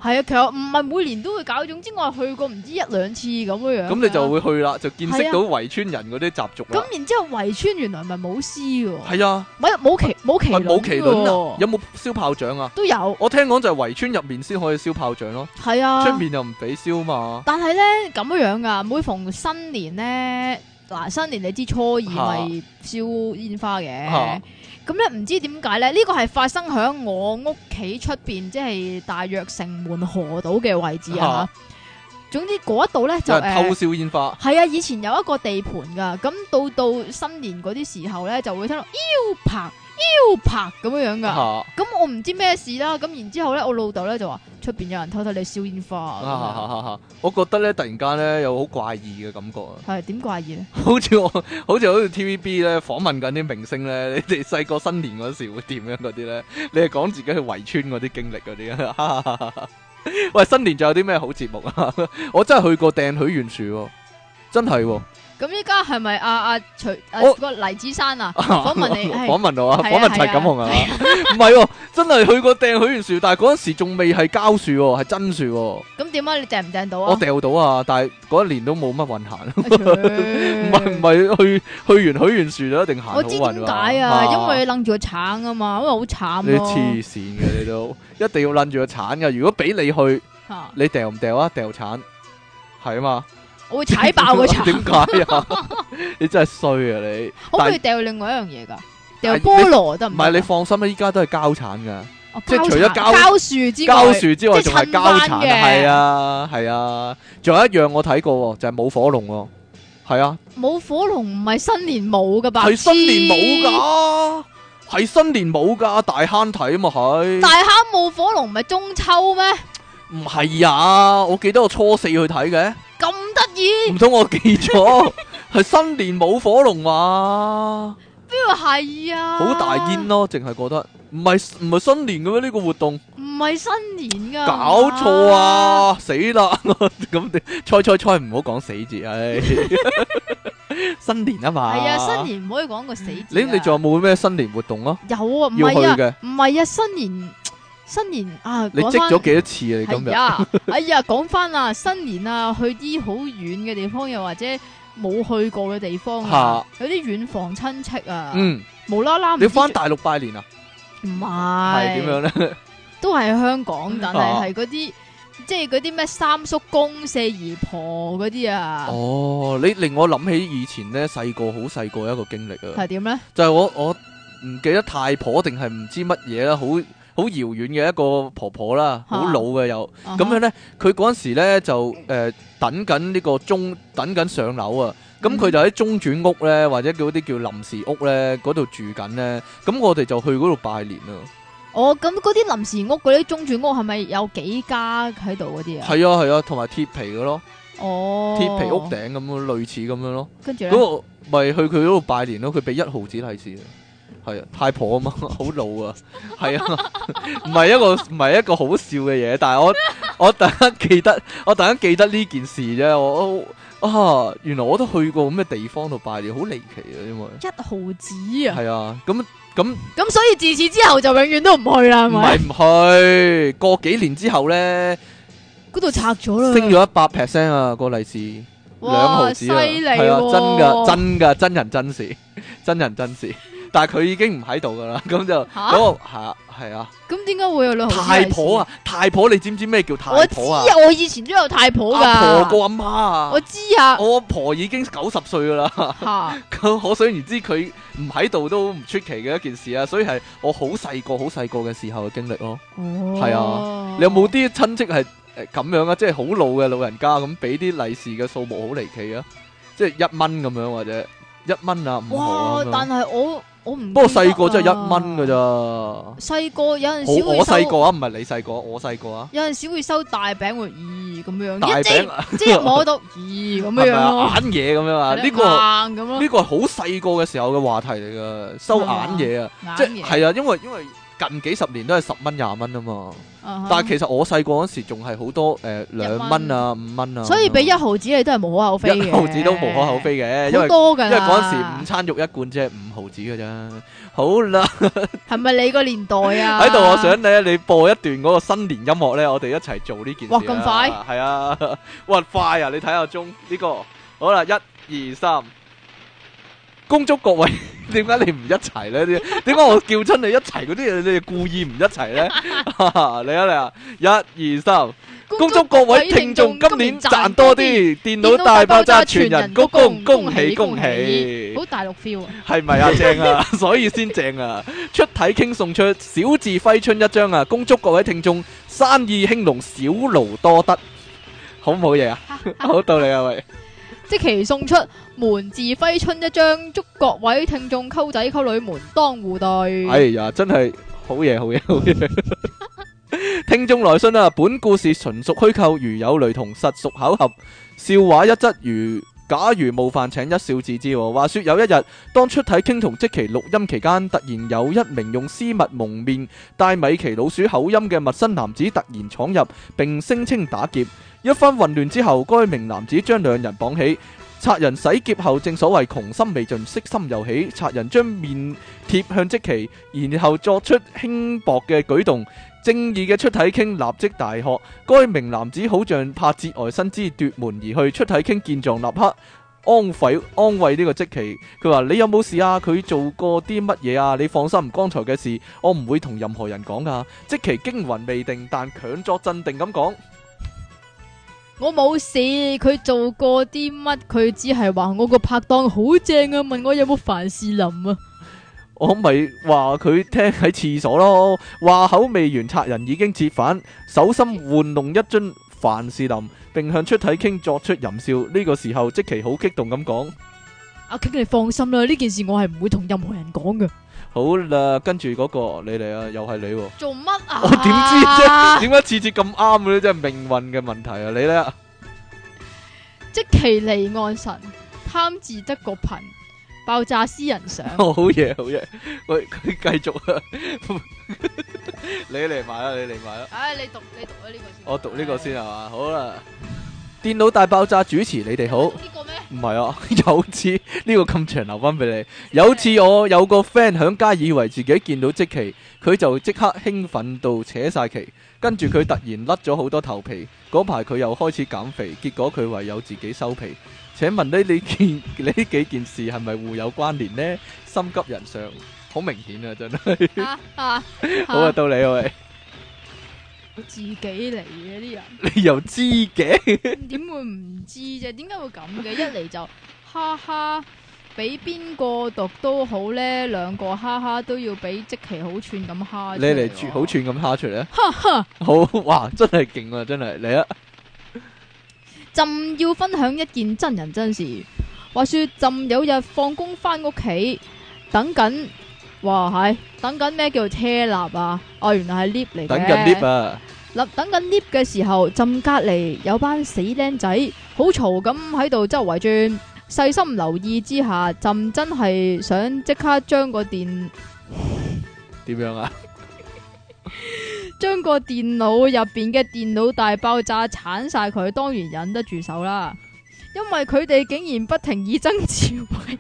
Speaker 2: 係啊，其實唔係每年都會搞，總之我係去過唔知一兩次咁樣樣。
Speaker 1: 咁你就會去啦，就見識
Speaker 2: 係啊
Speaker 1: 到圍村人嗰啲習俗啦。
Speaker 2: 咁然之後圍村原來咪冇屍嘅喎，
Speaker 1: 係啊，
Speaker 2: 唔係冇旗冇旗
Speaker 1: 喂冇麒麟啊
Speaker 2: 輪，
Speaker 1: 有冇燒炮仗啊？
Speaker 2: 都有
Speaker 1: 我聽講就係圍村入面先可以燒炮仗咯，
Speaker 2: 係啊。
Speaker 1: 出面又唔俾燒嘛。
Speaker 2: 但係咧咁樣樣噶，每逢新年咧，嗱新年你知初二咪燒煙花嘅
Speaker 1: 嚇，
Speaker 2: 咁咧唔知點解咧？呢個係發生喺我屋企出邊，即係大約城門河島嘅位置啊
Speaker 1: 嚇。
Speaker 2: 總之嗰度咧就
Speaker 1: 有人偷
Speaker 2: 誒。
Speaker 1: 燒煙花，
Speaker 2: 係啊，以前有一個地盤噶，咁到到新年嗰啲時候咧，就會聽到腰拍腰拍咁樣樣噶。
Speaker 1: 嚇
Speaker 2: 咁我唔知咩事啦，咁然之後咧，我老豆咧就話出邊有人偷睇你燒煙花啊咁樣
Speaker 1: 啊！我覺得咧，突然間咧有好怪異嘅感覺啊，
Speaker 2: 係點怪異咧？
Speaker 1: 好似我好似好似 TVB 咧訪問緊啲明星 咧，你哋細個新年嗰時會點樣嗰啲咧？你係講自己去圍村嗰啲經歷嗰啲啊？ 喂，新年仲有啲咩好節目啊？ 我真係去過掟許願樹喎，真係喎。
Speaker 2: 咁依家係咪阿阿徐啊
Speaker 1: 我
Speaker 2: 個黎子 珊啊？訪問你係
Speaker 1: 訪問我啊，
Speaker 2: 係啊
Speaker 1: 訪問陳錦鴻啊， 唔係喎，真係去過掟許願樹，但係嗰陣時仲未係膠樹喎，係真樹喎，
Speaker 2: 咁點啊？你掟唔掟到啊？哎
Speaker 1: 我掉到啊，但係嗰一年都冇乜運行，
Speaker 2: 唔
Speaker 1: 唔係唔係去去完許願樹就一定行好
Speaker 2: 嗯我知
Speaker 1: 運
Speaker 2: 點解啊？因為你楞住個橙啊嘛，因為好慘
Speaker 1: 你
Speaker 2: 咯。
Speaker 1: 黐線嘅你都，一定要攆住個鏟嘅，如果俾你去，
Speaker 2: 嚇
Speaker 1: 你掉唔掉啊？掉鏟係啊嘛，
Speaker 2: 我會踩爆個 橙，
Speaker 1: 點解啊？你真係衰啊你！
Speaker 2: 可唔可以掉另外一樣嘢㗎？掉
Speaker 1: 但係
Speaker 2: 菠蘿得
Speaker 1: 唔
Speaker 2: 唔
Speaker 1: 係
Speaker 2: 得
Speaker 1: 你
Speaker 2: 啊？
Speaker 1: 放心啦，依家都係膠鏟㗎。
Speaker 2: 哦
Speaker 1: 即係
Speaker 2: 膠
Speaker 1: 除咗
Speaker 2: 橙
Speaker 1: 膠
Speaker 2: 膠樹之
Speaker 1: 膠
Speaker 2: 外，
Speaker 1: 樹之外，
Speaker 2: 即
Speaker 1: 仲
Speaker 2: 係
Speaker 1: 係膠
Speaker 2: 襯
Speaker 1: 殘，
Speaker 2: 返嘅
Speaker 1: 係啊，係啊，仲有一樣我睇過喎，就係冇火龍喎，係啊，
Speaker 2: 冇火龍唔係新年冇㗎吧？
Speaker 1: 係新年冇噶，係新年冇噶，大坑睇啊嘛，係，
Speaker 2: 大坑冇火龍唔係中秋咩？
Speaker 1: 唔係啊？我記得我初四去睇 嘅，
Speaker 2: 咁得意，
Speaker 1: 唔通我記錯？係新年冇火龍嘛，
Speaker 2: 邊個係啊？
Speaker 1: 好大煙咯，淨係覺得唔係唔係新年嘅咩？呢個活動
Speaker 2: 唔係新年噶，
Speaker 1: 搞錯！啊，死啦！ 咁你猜猜猜唔好講死字，唉， 新年啊嘛，
Speaker 2: 係啊，新年唔可以講個死字啊。
Speaker 1: 你你仲有冇咩新年活動啊？
Speaker 2: 有啊？唔
Speaker 1: 要去
Speaker 2: 係啊
Speaker 1: 嘅，
Speaker 2: 唔係啊，新年新年啊，
Speaker 1: 你
Speaker 2: 講
Speaker 1: 積
Speaker 2: 返
Speaker 1: 咗幾多次啊？你今
Speaker 2: 係
Speaker 1: 日
Speaker 2: 啊， 哎呀，講翻啊，新年啊，去啲好遠嘅地方，又或者冇去過嘅地方啊，有啲遠房親戚啊，
Speaker 1: 嗯，
Speaker 2: 無啦啦唔
Speaker 1: 你
Speaker 2: 知
Speaker 1: 翻大陸拜年啊？
Speaker 2: 唔
Speaker 1: 係
Speaker 2: 係
Speaker 1: 點樣咧？
Speaker 2: 都係香港，但係
Speaker 1: 啊
Speaker 2: 係嗰啲即系嗰啲咩三叔公、四姨婆嗰啲啊，
Speaker 1: 哦，你令我諗起以前咧細個好細個一個經歷啊，
Speaker 2: 系點咧？
Speaker 1: 就係我我唔記得太婆定係唔知乜嘢啦，好好遙遠嘅一個婆婆啦，
Speaker 2: 嚇
Speaker 1: 好老嘅又。
Speaker 2: 咁
Speaker 1: 咁樣咧，佢嗰陣時咧就誒、呃等緊呢個中等緊上樓啊，咁
Speaker 2: 嗯
Speaker 1: 佢就喺中轉屋咧，或者嗰啲叫臨時屋咧嗰度住緊咧，咁我哋就去嗰度拜年啊。
Speaker 2: 哦，咁嗰啲臨時屋嗰啲中轉屋係咪有幾家喺度嗰啲啊？
Speaker 1: 係啊係啊，同埋鐵皮嘅咯，
Speaker 2: 哦，
Speaker 1: 鐵皮屋，頂咁樣，類似咁樣咯。
Speaker 2: 跟住咧，
Speaker 1: 嗰個咪去佢嗰度拜年咯，佢俾一毫子利是啊。係啊，太婆啊嘛， 好老啊，係啊， 唔係一個唔係一個好笑嘅嘢，但係我 我突然間記得，我突然間記得呢件事啫，我我啊，原來我都去過咁嘅地方度拜年，好離奇啊，因為
Speaker 2: 一毫子啊！
Speaker 1: 係啊，咁咁
Speaker 2: 咁所以自此之後就永遠都唔去啦，係
Speaker 1: 唔
Speaker 2: 咪？
Speaker 1: 係唔去，過幾年之後咧，
Speaker 2: 嗰度拆咗啦，
Speaker 1: 升咗一百 percent 啊個利是。
Speaker 2: 哇
Speaker 1: 兩毫子啊，
Speaker 2: 犀利
Speaker 1: 係啊，真噶，
Speaker 2: 喎
Speaker 1: 真噶，真人真事， 真人真事。但係佢已經唔喺度噶啦， 咁就嗰
Speaker 2: 嚇
Speaker 1: 個係啊係啊，
Speaker 2: 咁點解會有兩毫子
Speaker 1: 太婆啊！，太婆，你知唔知咩叫
Speaker 2: 我
Speaker 1: 太
Speaker 2: 知
Speaker 1: 婆啊？
Speaker 2: 啊，我以前都有太婆
Speaker 1: 阿
Speaker 2: 噶
Speaker 1: 婆，個阿媽啊，
Speaker 2: 我知啊，
Speaker 1: 我阿婆已經九十歲噶啦，
Speaker 2: 吓
Speaker 1: 咁可想而知佢唔喺度都唔出奇嘅一件事啊，所以係我好細個好細個嘅時候嘅經歷咯。係啊
Speaker 2: 哦，
Speaker 1: 你有冇啲親戚係誒咁樣啊？即係好老嘅老人家咁，俾啲利是嘅數目好離奇啊！即係一蚊咁樣或者一蚊啊五毫啊
Speaker 2: 哇
Speaker 1: 咁！樣
Speaker 2: 但係我我唔
Speaker 1: 不過細個真係一蚊
Speaker 2: 噶
Speaker 1: 㗎。咋，
Speaker 2: 細個有陣時
Speaker 1: 我
Speaker 2: 會
Speaker 1: 我細
Speaker 2: 收，
Speaker 1: 個啊，唔係你細個，我細個啊。
Speaker 2: 有陣時會收大餅喎，咦咁樣，
Speaker 1: 大餅
Speaker 2: 一即
Speaker 1: 啊
Speaker 2: 即一摸到，咦咁
Speaker 1: 係咪
Speaker 2: 樣咯
Speaker 1: 啊？，眼嘢咁樣啊？
Speaker 2: 係
Speaker 1: 呢
Speaker 2: 咯
Speaker 1: 個
Speaker 2: 硬咁咯，
Speaker 1: 呢個係好細個嘅時候嘅話題嚟㗎，收眼
Speaker 2: 係嘛
Speaker 1: 嘢啊！即
Speaker 2: 眼嘢，
Speaker 1: 係啊，因為因為近幾十年都係十蚊廿蚊啊嘛。
Speaker 2: 但
Speaker 1: 但係其實我細個嗰時仲係好多誒兩蚊啊五蚊啊。
Speaker 2: 所以
Speaker 1: 咁樣
Speaker 2: 俾一毫子你都係無可厚非嘅，
Speaker 1: 一毫子都無可厚，非嘅，因
Speaker 2: 好
Speaker 1: 為
Speaker 2: 多㗎
Speaker 1: 因
Speaker 2: 啦。
Speaker 1: 為嗰陣時午餐肉一罐只係五毫子嘅啫。好啦，
Speaker 2: 係咪你個年代啊？
Speaker 1: 喺度我想咧，你播一段嗰個新年音樂咧，我哋一齊做呢件事啊。
Speaker 2: 哇咁快
Speaker 1: 係啊， 哇快啊！你睇下鐘呢個，好啦，一二三，恭祝各位。 點解你唔一齊咧？點點解我叫親你一齊嗰啲嘢，你哋故意唔一齊咧？ 嚟啊嚟啊！一二三。恭祝各位聽眾今年賺多，啲，電腦大爆炸全人鞠躬，恭喜恭喜，
Speaker 2: 好大陸 feel 啊！
Speaker 1: 係咪 啊？正啊，所以先正啊！出體傾送出小字揮春一張啊！恭祝各位聽眾生意興隆，小勞多得，好唔好嘢 啊？好到你啊喂！
Speaker 2: 即期送出門字揮春一張，祝各位聽眾溝仔溝女門當户對。
Speaker 1: 哎呀，真係好嘢，好嘢，好嘢！聽眾來信啊，本故事純屬虛構，如有雷同，實屬巧合。笑話一則如。假如冒犯，請一笑置之喎。話說有一日，當出體傾同即期錄音期間，突然有一名用絲襪蒙面、戴米奇老鼠口音嘅陌生男子突然闖入，並聲稱打劫。一番混亂之後，該名男子將兩人綁起，賊人洗劫後，正所謂窮心未盡，色心又起，賊人將面貼向即期，然後作出輕薄嘅舉動。正義嘅出體傾立即大喝，該名男子好像怕節外生枝奪門而去。出體傾見狀，立刻安慰安慰呢個即期，佢話：你有冇事啊？佢做過啲乜嘢啊？你放心，剛才嘅事我唔會同任何人講噶。即期驚魂未定，但強作鎮定咁講。
Speaker 2: 我冇事，佢做過啲乜？佢只係話我個拍檔好正啊，問我有冇凡士林啊？
Speaker 1: 我咪話佢聽喺廁所咯，話口未完，賊人已經折返，手心玩弄一樽凡士林，並向出體傾作出淫笑。呢、個時候，即其好激動咁講：
Speaker 2: 阿 King 啊你放心啦，呢件事我係唔會同任何人講嘅。
Speaker 1: 好啦，跟住嗰、個你嚟啊，又係你喎、
Speaker 2: 做乜啊？
Speaker 1: 我點知啫？點解次次咁啱嘅咧？真係命運嘅問題啊！ 你呢？
Speaker 2: 即其離岸神，貪字得個貧，爆炸私人相
Speaker 1: 。好嘢，好嘢！喂，佢繼續啊！你嚟埋啦，你嚟埋啦！
Speaker 2: 唉，你讀你讀啊呢個先。
Speaker 1: 我讀呢個先係嘛？好啦，電腦大爆炸主持，你哋好
Speaker 2: 讀。呢個咩？
Speaker 1: 唔係啊， 有次呢、個咁長留翻俾你。有次我有個 friend 響街，以為自己見到即期，佢就即刻興奮到扯晒旗，跟住佢突然甩咗好多頭皮。嗰排佢又開始減肥，結果佢唯有自己收皮。請問呢你件 呢幾件事係咪互有關聯呢？心急人上，好明顯啊，真係。
Speaker 2: 啊啊！
Speaker 1: 好啊，到你啊喂，
Speaker 2: 自己嚟嘅啲人。
Speaker 1: 你又知嘅？
Speaker 2: 點會唔知啫？點解會咁嘅？一嚟就哈哈，俾邊個讀都好咧，兩個哈哈都要俾即其好串咁哈出
Speaker 1: 你
Speaker 2: 喎。
Speaker 1: 嚟串好串咁蝦出嚟啊！好哇，真係勁啊！真係嚟啊！
Speaker 2: 朕要分享一件真人真事。話說朕有日放工翻屋企，等緊，哇係等緊咩叫車立啊？哦，原來係 lift 嚟嘅。
Speaker 1: 等緊 lift 啊！
Speaker 2: 嗱，等緊 lift 嘅時候，浸隔離有班死僆仔，好嘈咁喺度周圍轉。細心留意之下，朕真係想即刻將個電
Speaker 1: 點樣啊？
Speaker 2: 將個電腦入邊嘅電腦大爆炸鏟晒佢，當然忍得住手啦。因為佢哋竟然不停以曾志偉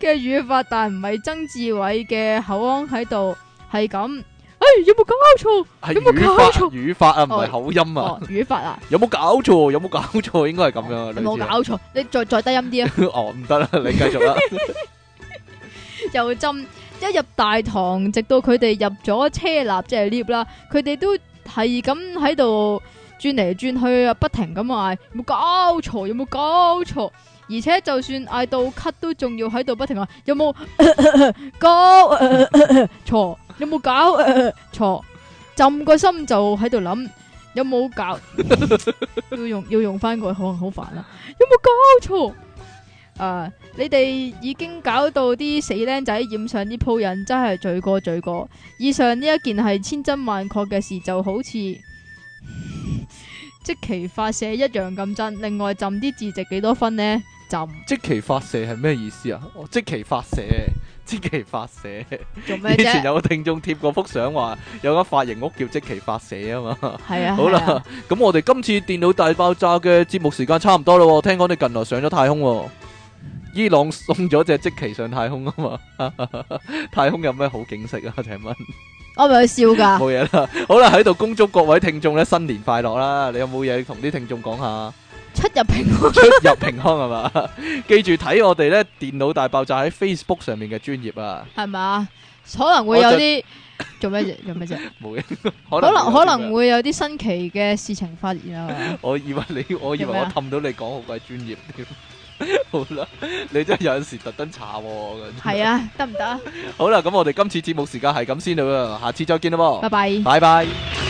Speaker 2: 嘅語法，但唔係曾志偉嘅口腔喺度，係咁。哎，有冇搞錯？
Speaker 1: 係
Speaker 2: 有冇
Speaker 1: 語
Speaker 2: 搞
Speaker 1: 法
Speaker 2: 錯
Speaker 1: 語法啊，唔係
Speaker 2: 哦
Speaker 1: 口音啊
Speaker 2: 哦！，語法啊，
Speaker 1: 有冇搞錯？有冇搞錯？ 應該係咁樣啊，
Speaker 2: 你冇
Speaker 1: 類似啊
Speaker 2: 搞錯，你再再低音啲啊！
Speaker 1: 哦，唔得啦，你繼續啦。
Speaker 2: 由浸一入大堂，直到佢哋入咗車立即係 lift 啦，佢哋都係咁喺度轉嚟轉去啊，不停咁嗌有冇搞錯，有冇搞錯？而且就算嗌到咳都仲要喺度不停嗌有冇搞 錯，有冇搞錯？浸個心就喺度諗有冇搞，要用要用翻個可能好煩啦，有冇搞錯？啊！你哋已經搞到啲死僆仔染上啲鋪癮，真係罪過罪過。以上呢一件係千真萬確嘅事，就好似 即其發射一樣咁真。另外，浸啲字值幾多分呢？浸
Speaker 1: 即期發射係咩意思啊？哦，即期發射， 即期發射。
Speaker 2: 做咩
Speaker 1: 以前
Speaker 2: 啫？
Speaker 1: 有個聽眾貼過幅相話，有間髮型屋叫即期發射啊嘛。
Speaker 2: 係啊，
Speaker 1: 好
Speaker 2: 係
Speaker 1: 啦
Speaker 2: 啊，
Speaker 1: 咁我哋今次電腦大爆炸嘅節目時間差唔多啦喎，聽講你近來上咗太空喎，伊朗送咗隻即期上太空啊嘛， 太空有咩好景色啊？請問
Speaker 2: 我咪去笑噶。
Speaker 1: 冇嘢啦，好啦，喺度恭祝各位聽眾咧新年快樂啦！你有冇嘢同啲聽眾 講下？
Speaker 2: 出入平安，
Speaker 1: 出入平安係嘛？ 記住睇我哋咧電腦大爆炸喺 Facebook 上面嘅專頁啊，
Speaker 2: 係嘛？可能會有 啲做咩啫？做咩啫？
Speaker 1: 冇嘢，
Speaker 2: 可
Speaker 1: 可能
Speaker 2: 能可能
Speaker 1: 會有啲咩，
Speaker 2: 會有啲新奇嘅事情發現啊！
Speaker 1: 我以為你， 我 以為
Speaker 2: 有咩
Speaker 1: 我
Speaker 2: 啊
Speaker 1: 氹到你講好鬼專業添。 好啦，你真係有陣時特登查我㗎。
Speaker 2: 係啊，得唔得啊？
Speaker 1: 好啦，咁我哋今次節目時間係咁先啦喎，下次再見啦喎，
Speaker 2: 拜拜。
Speaker 1: 拜拜。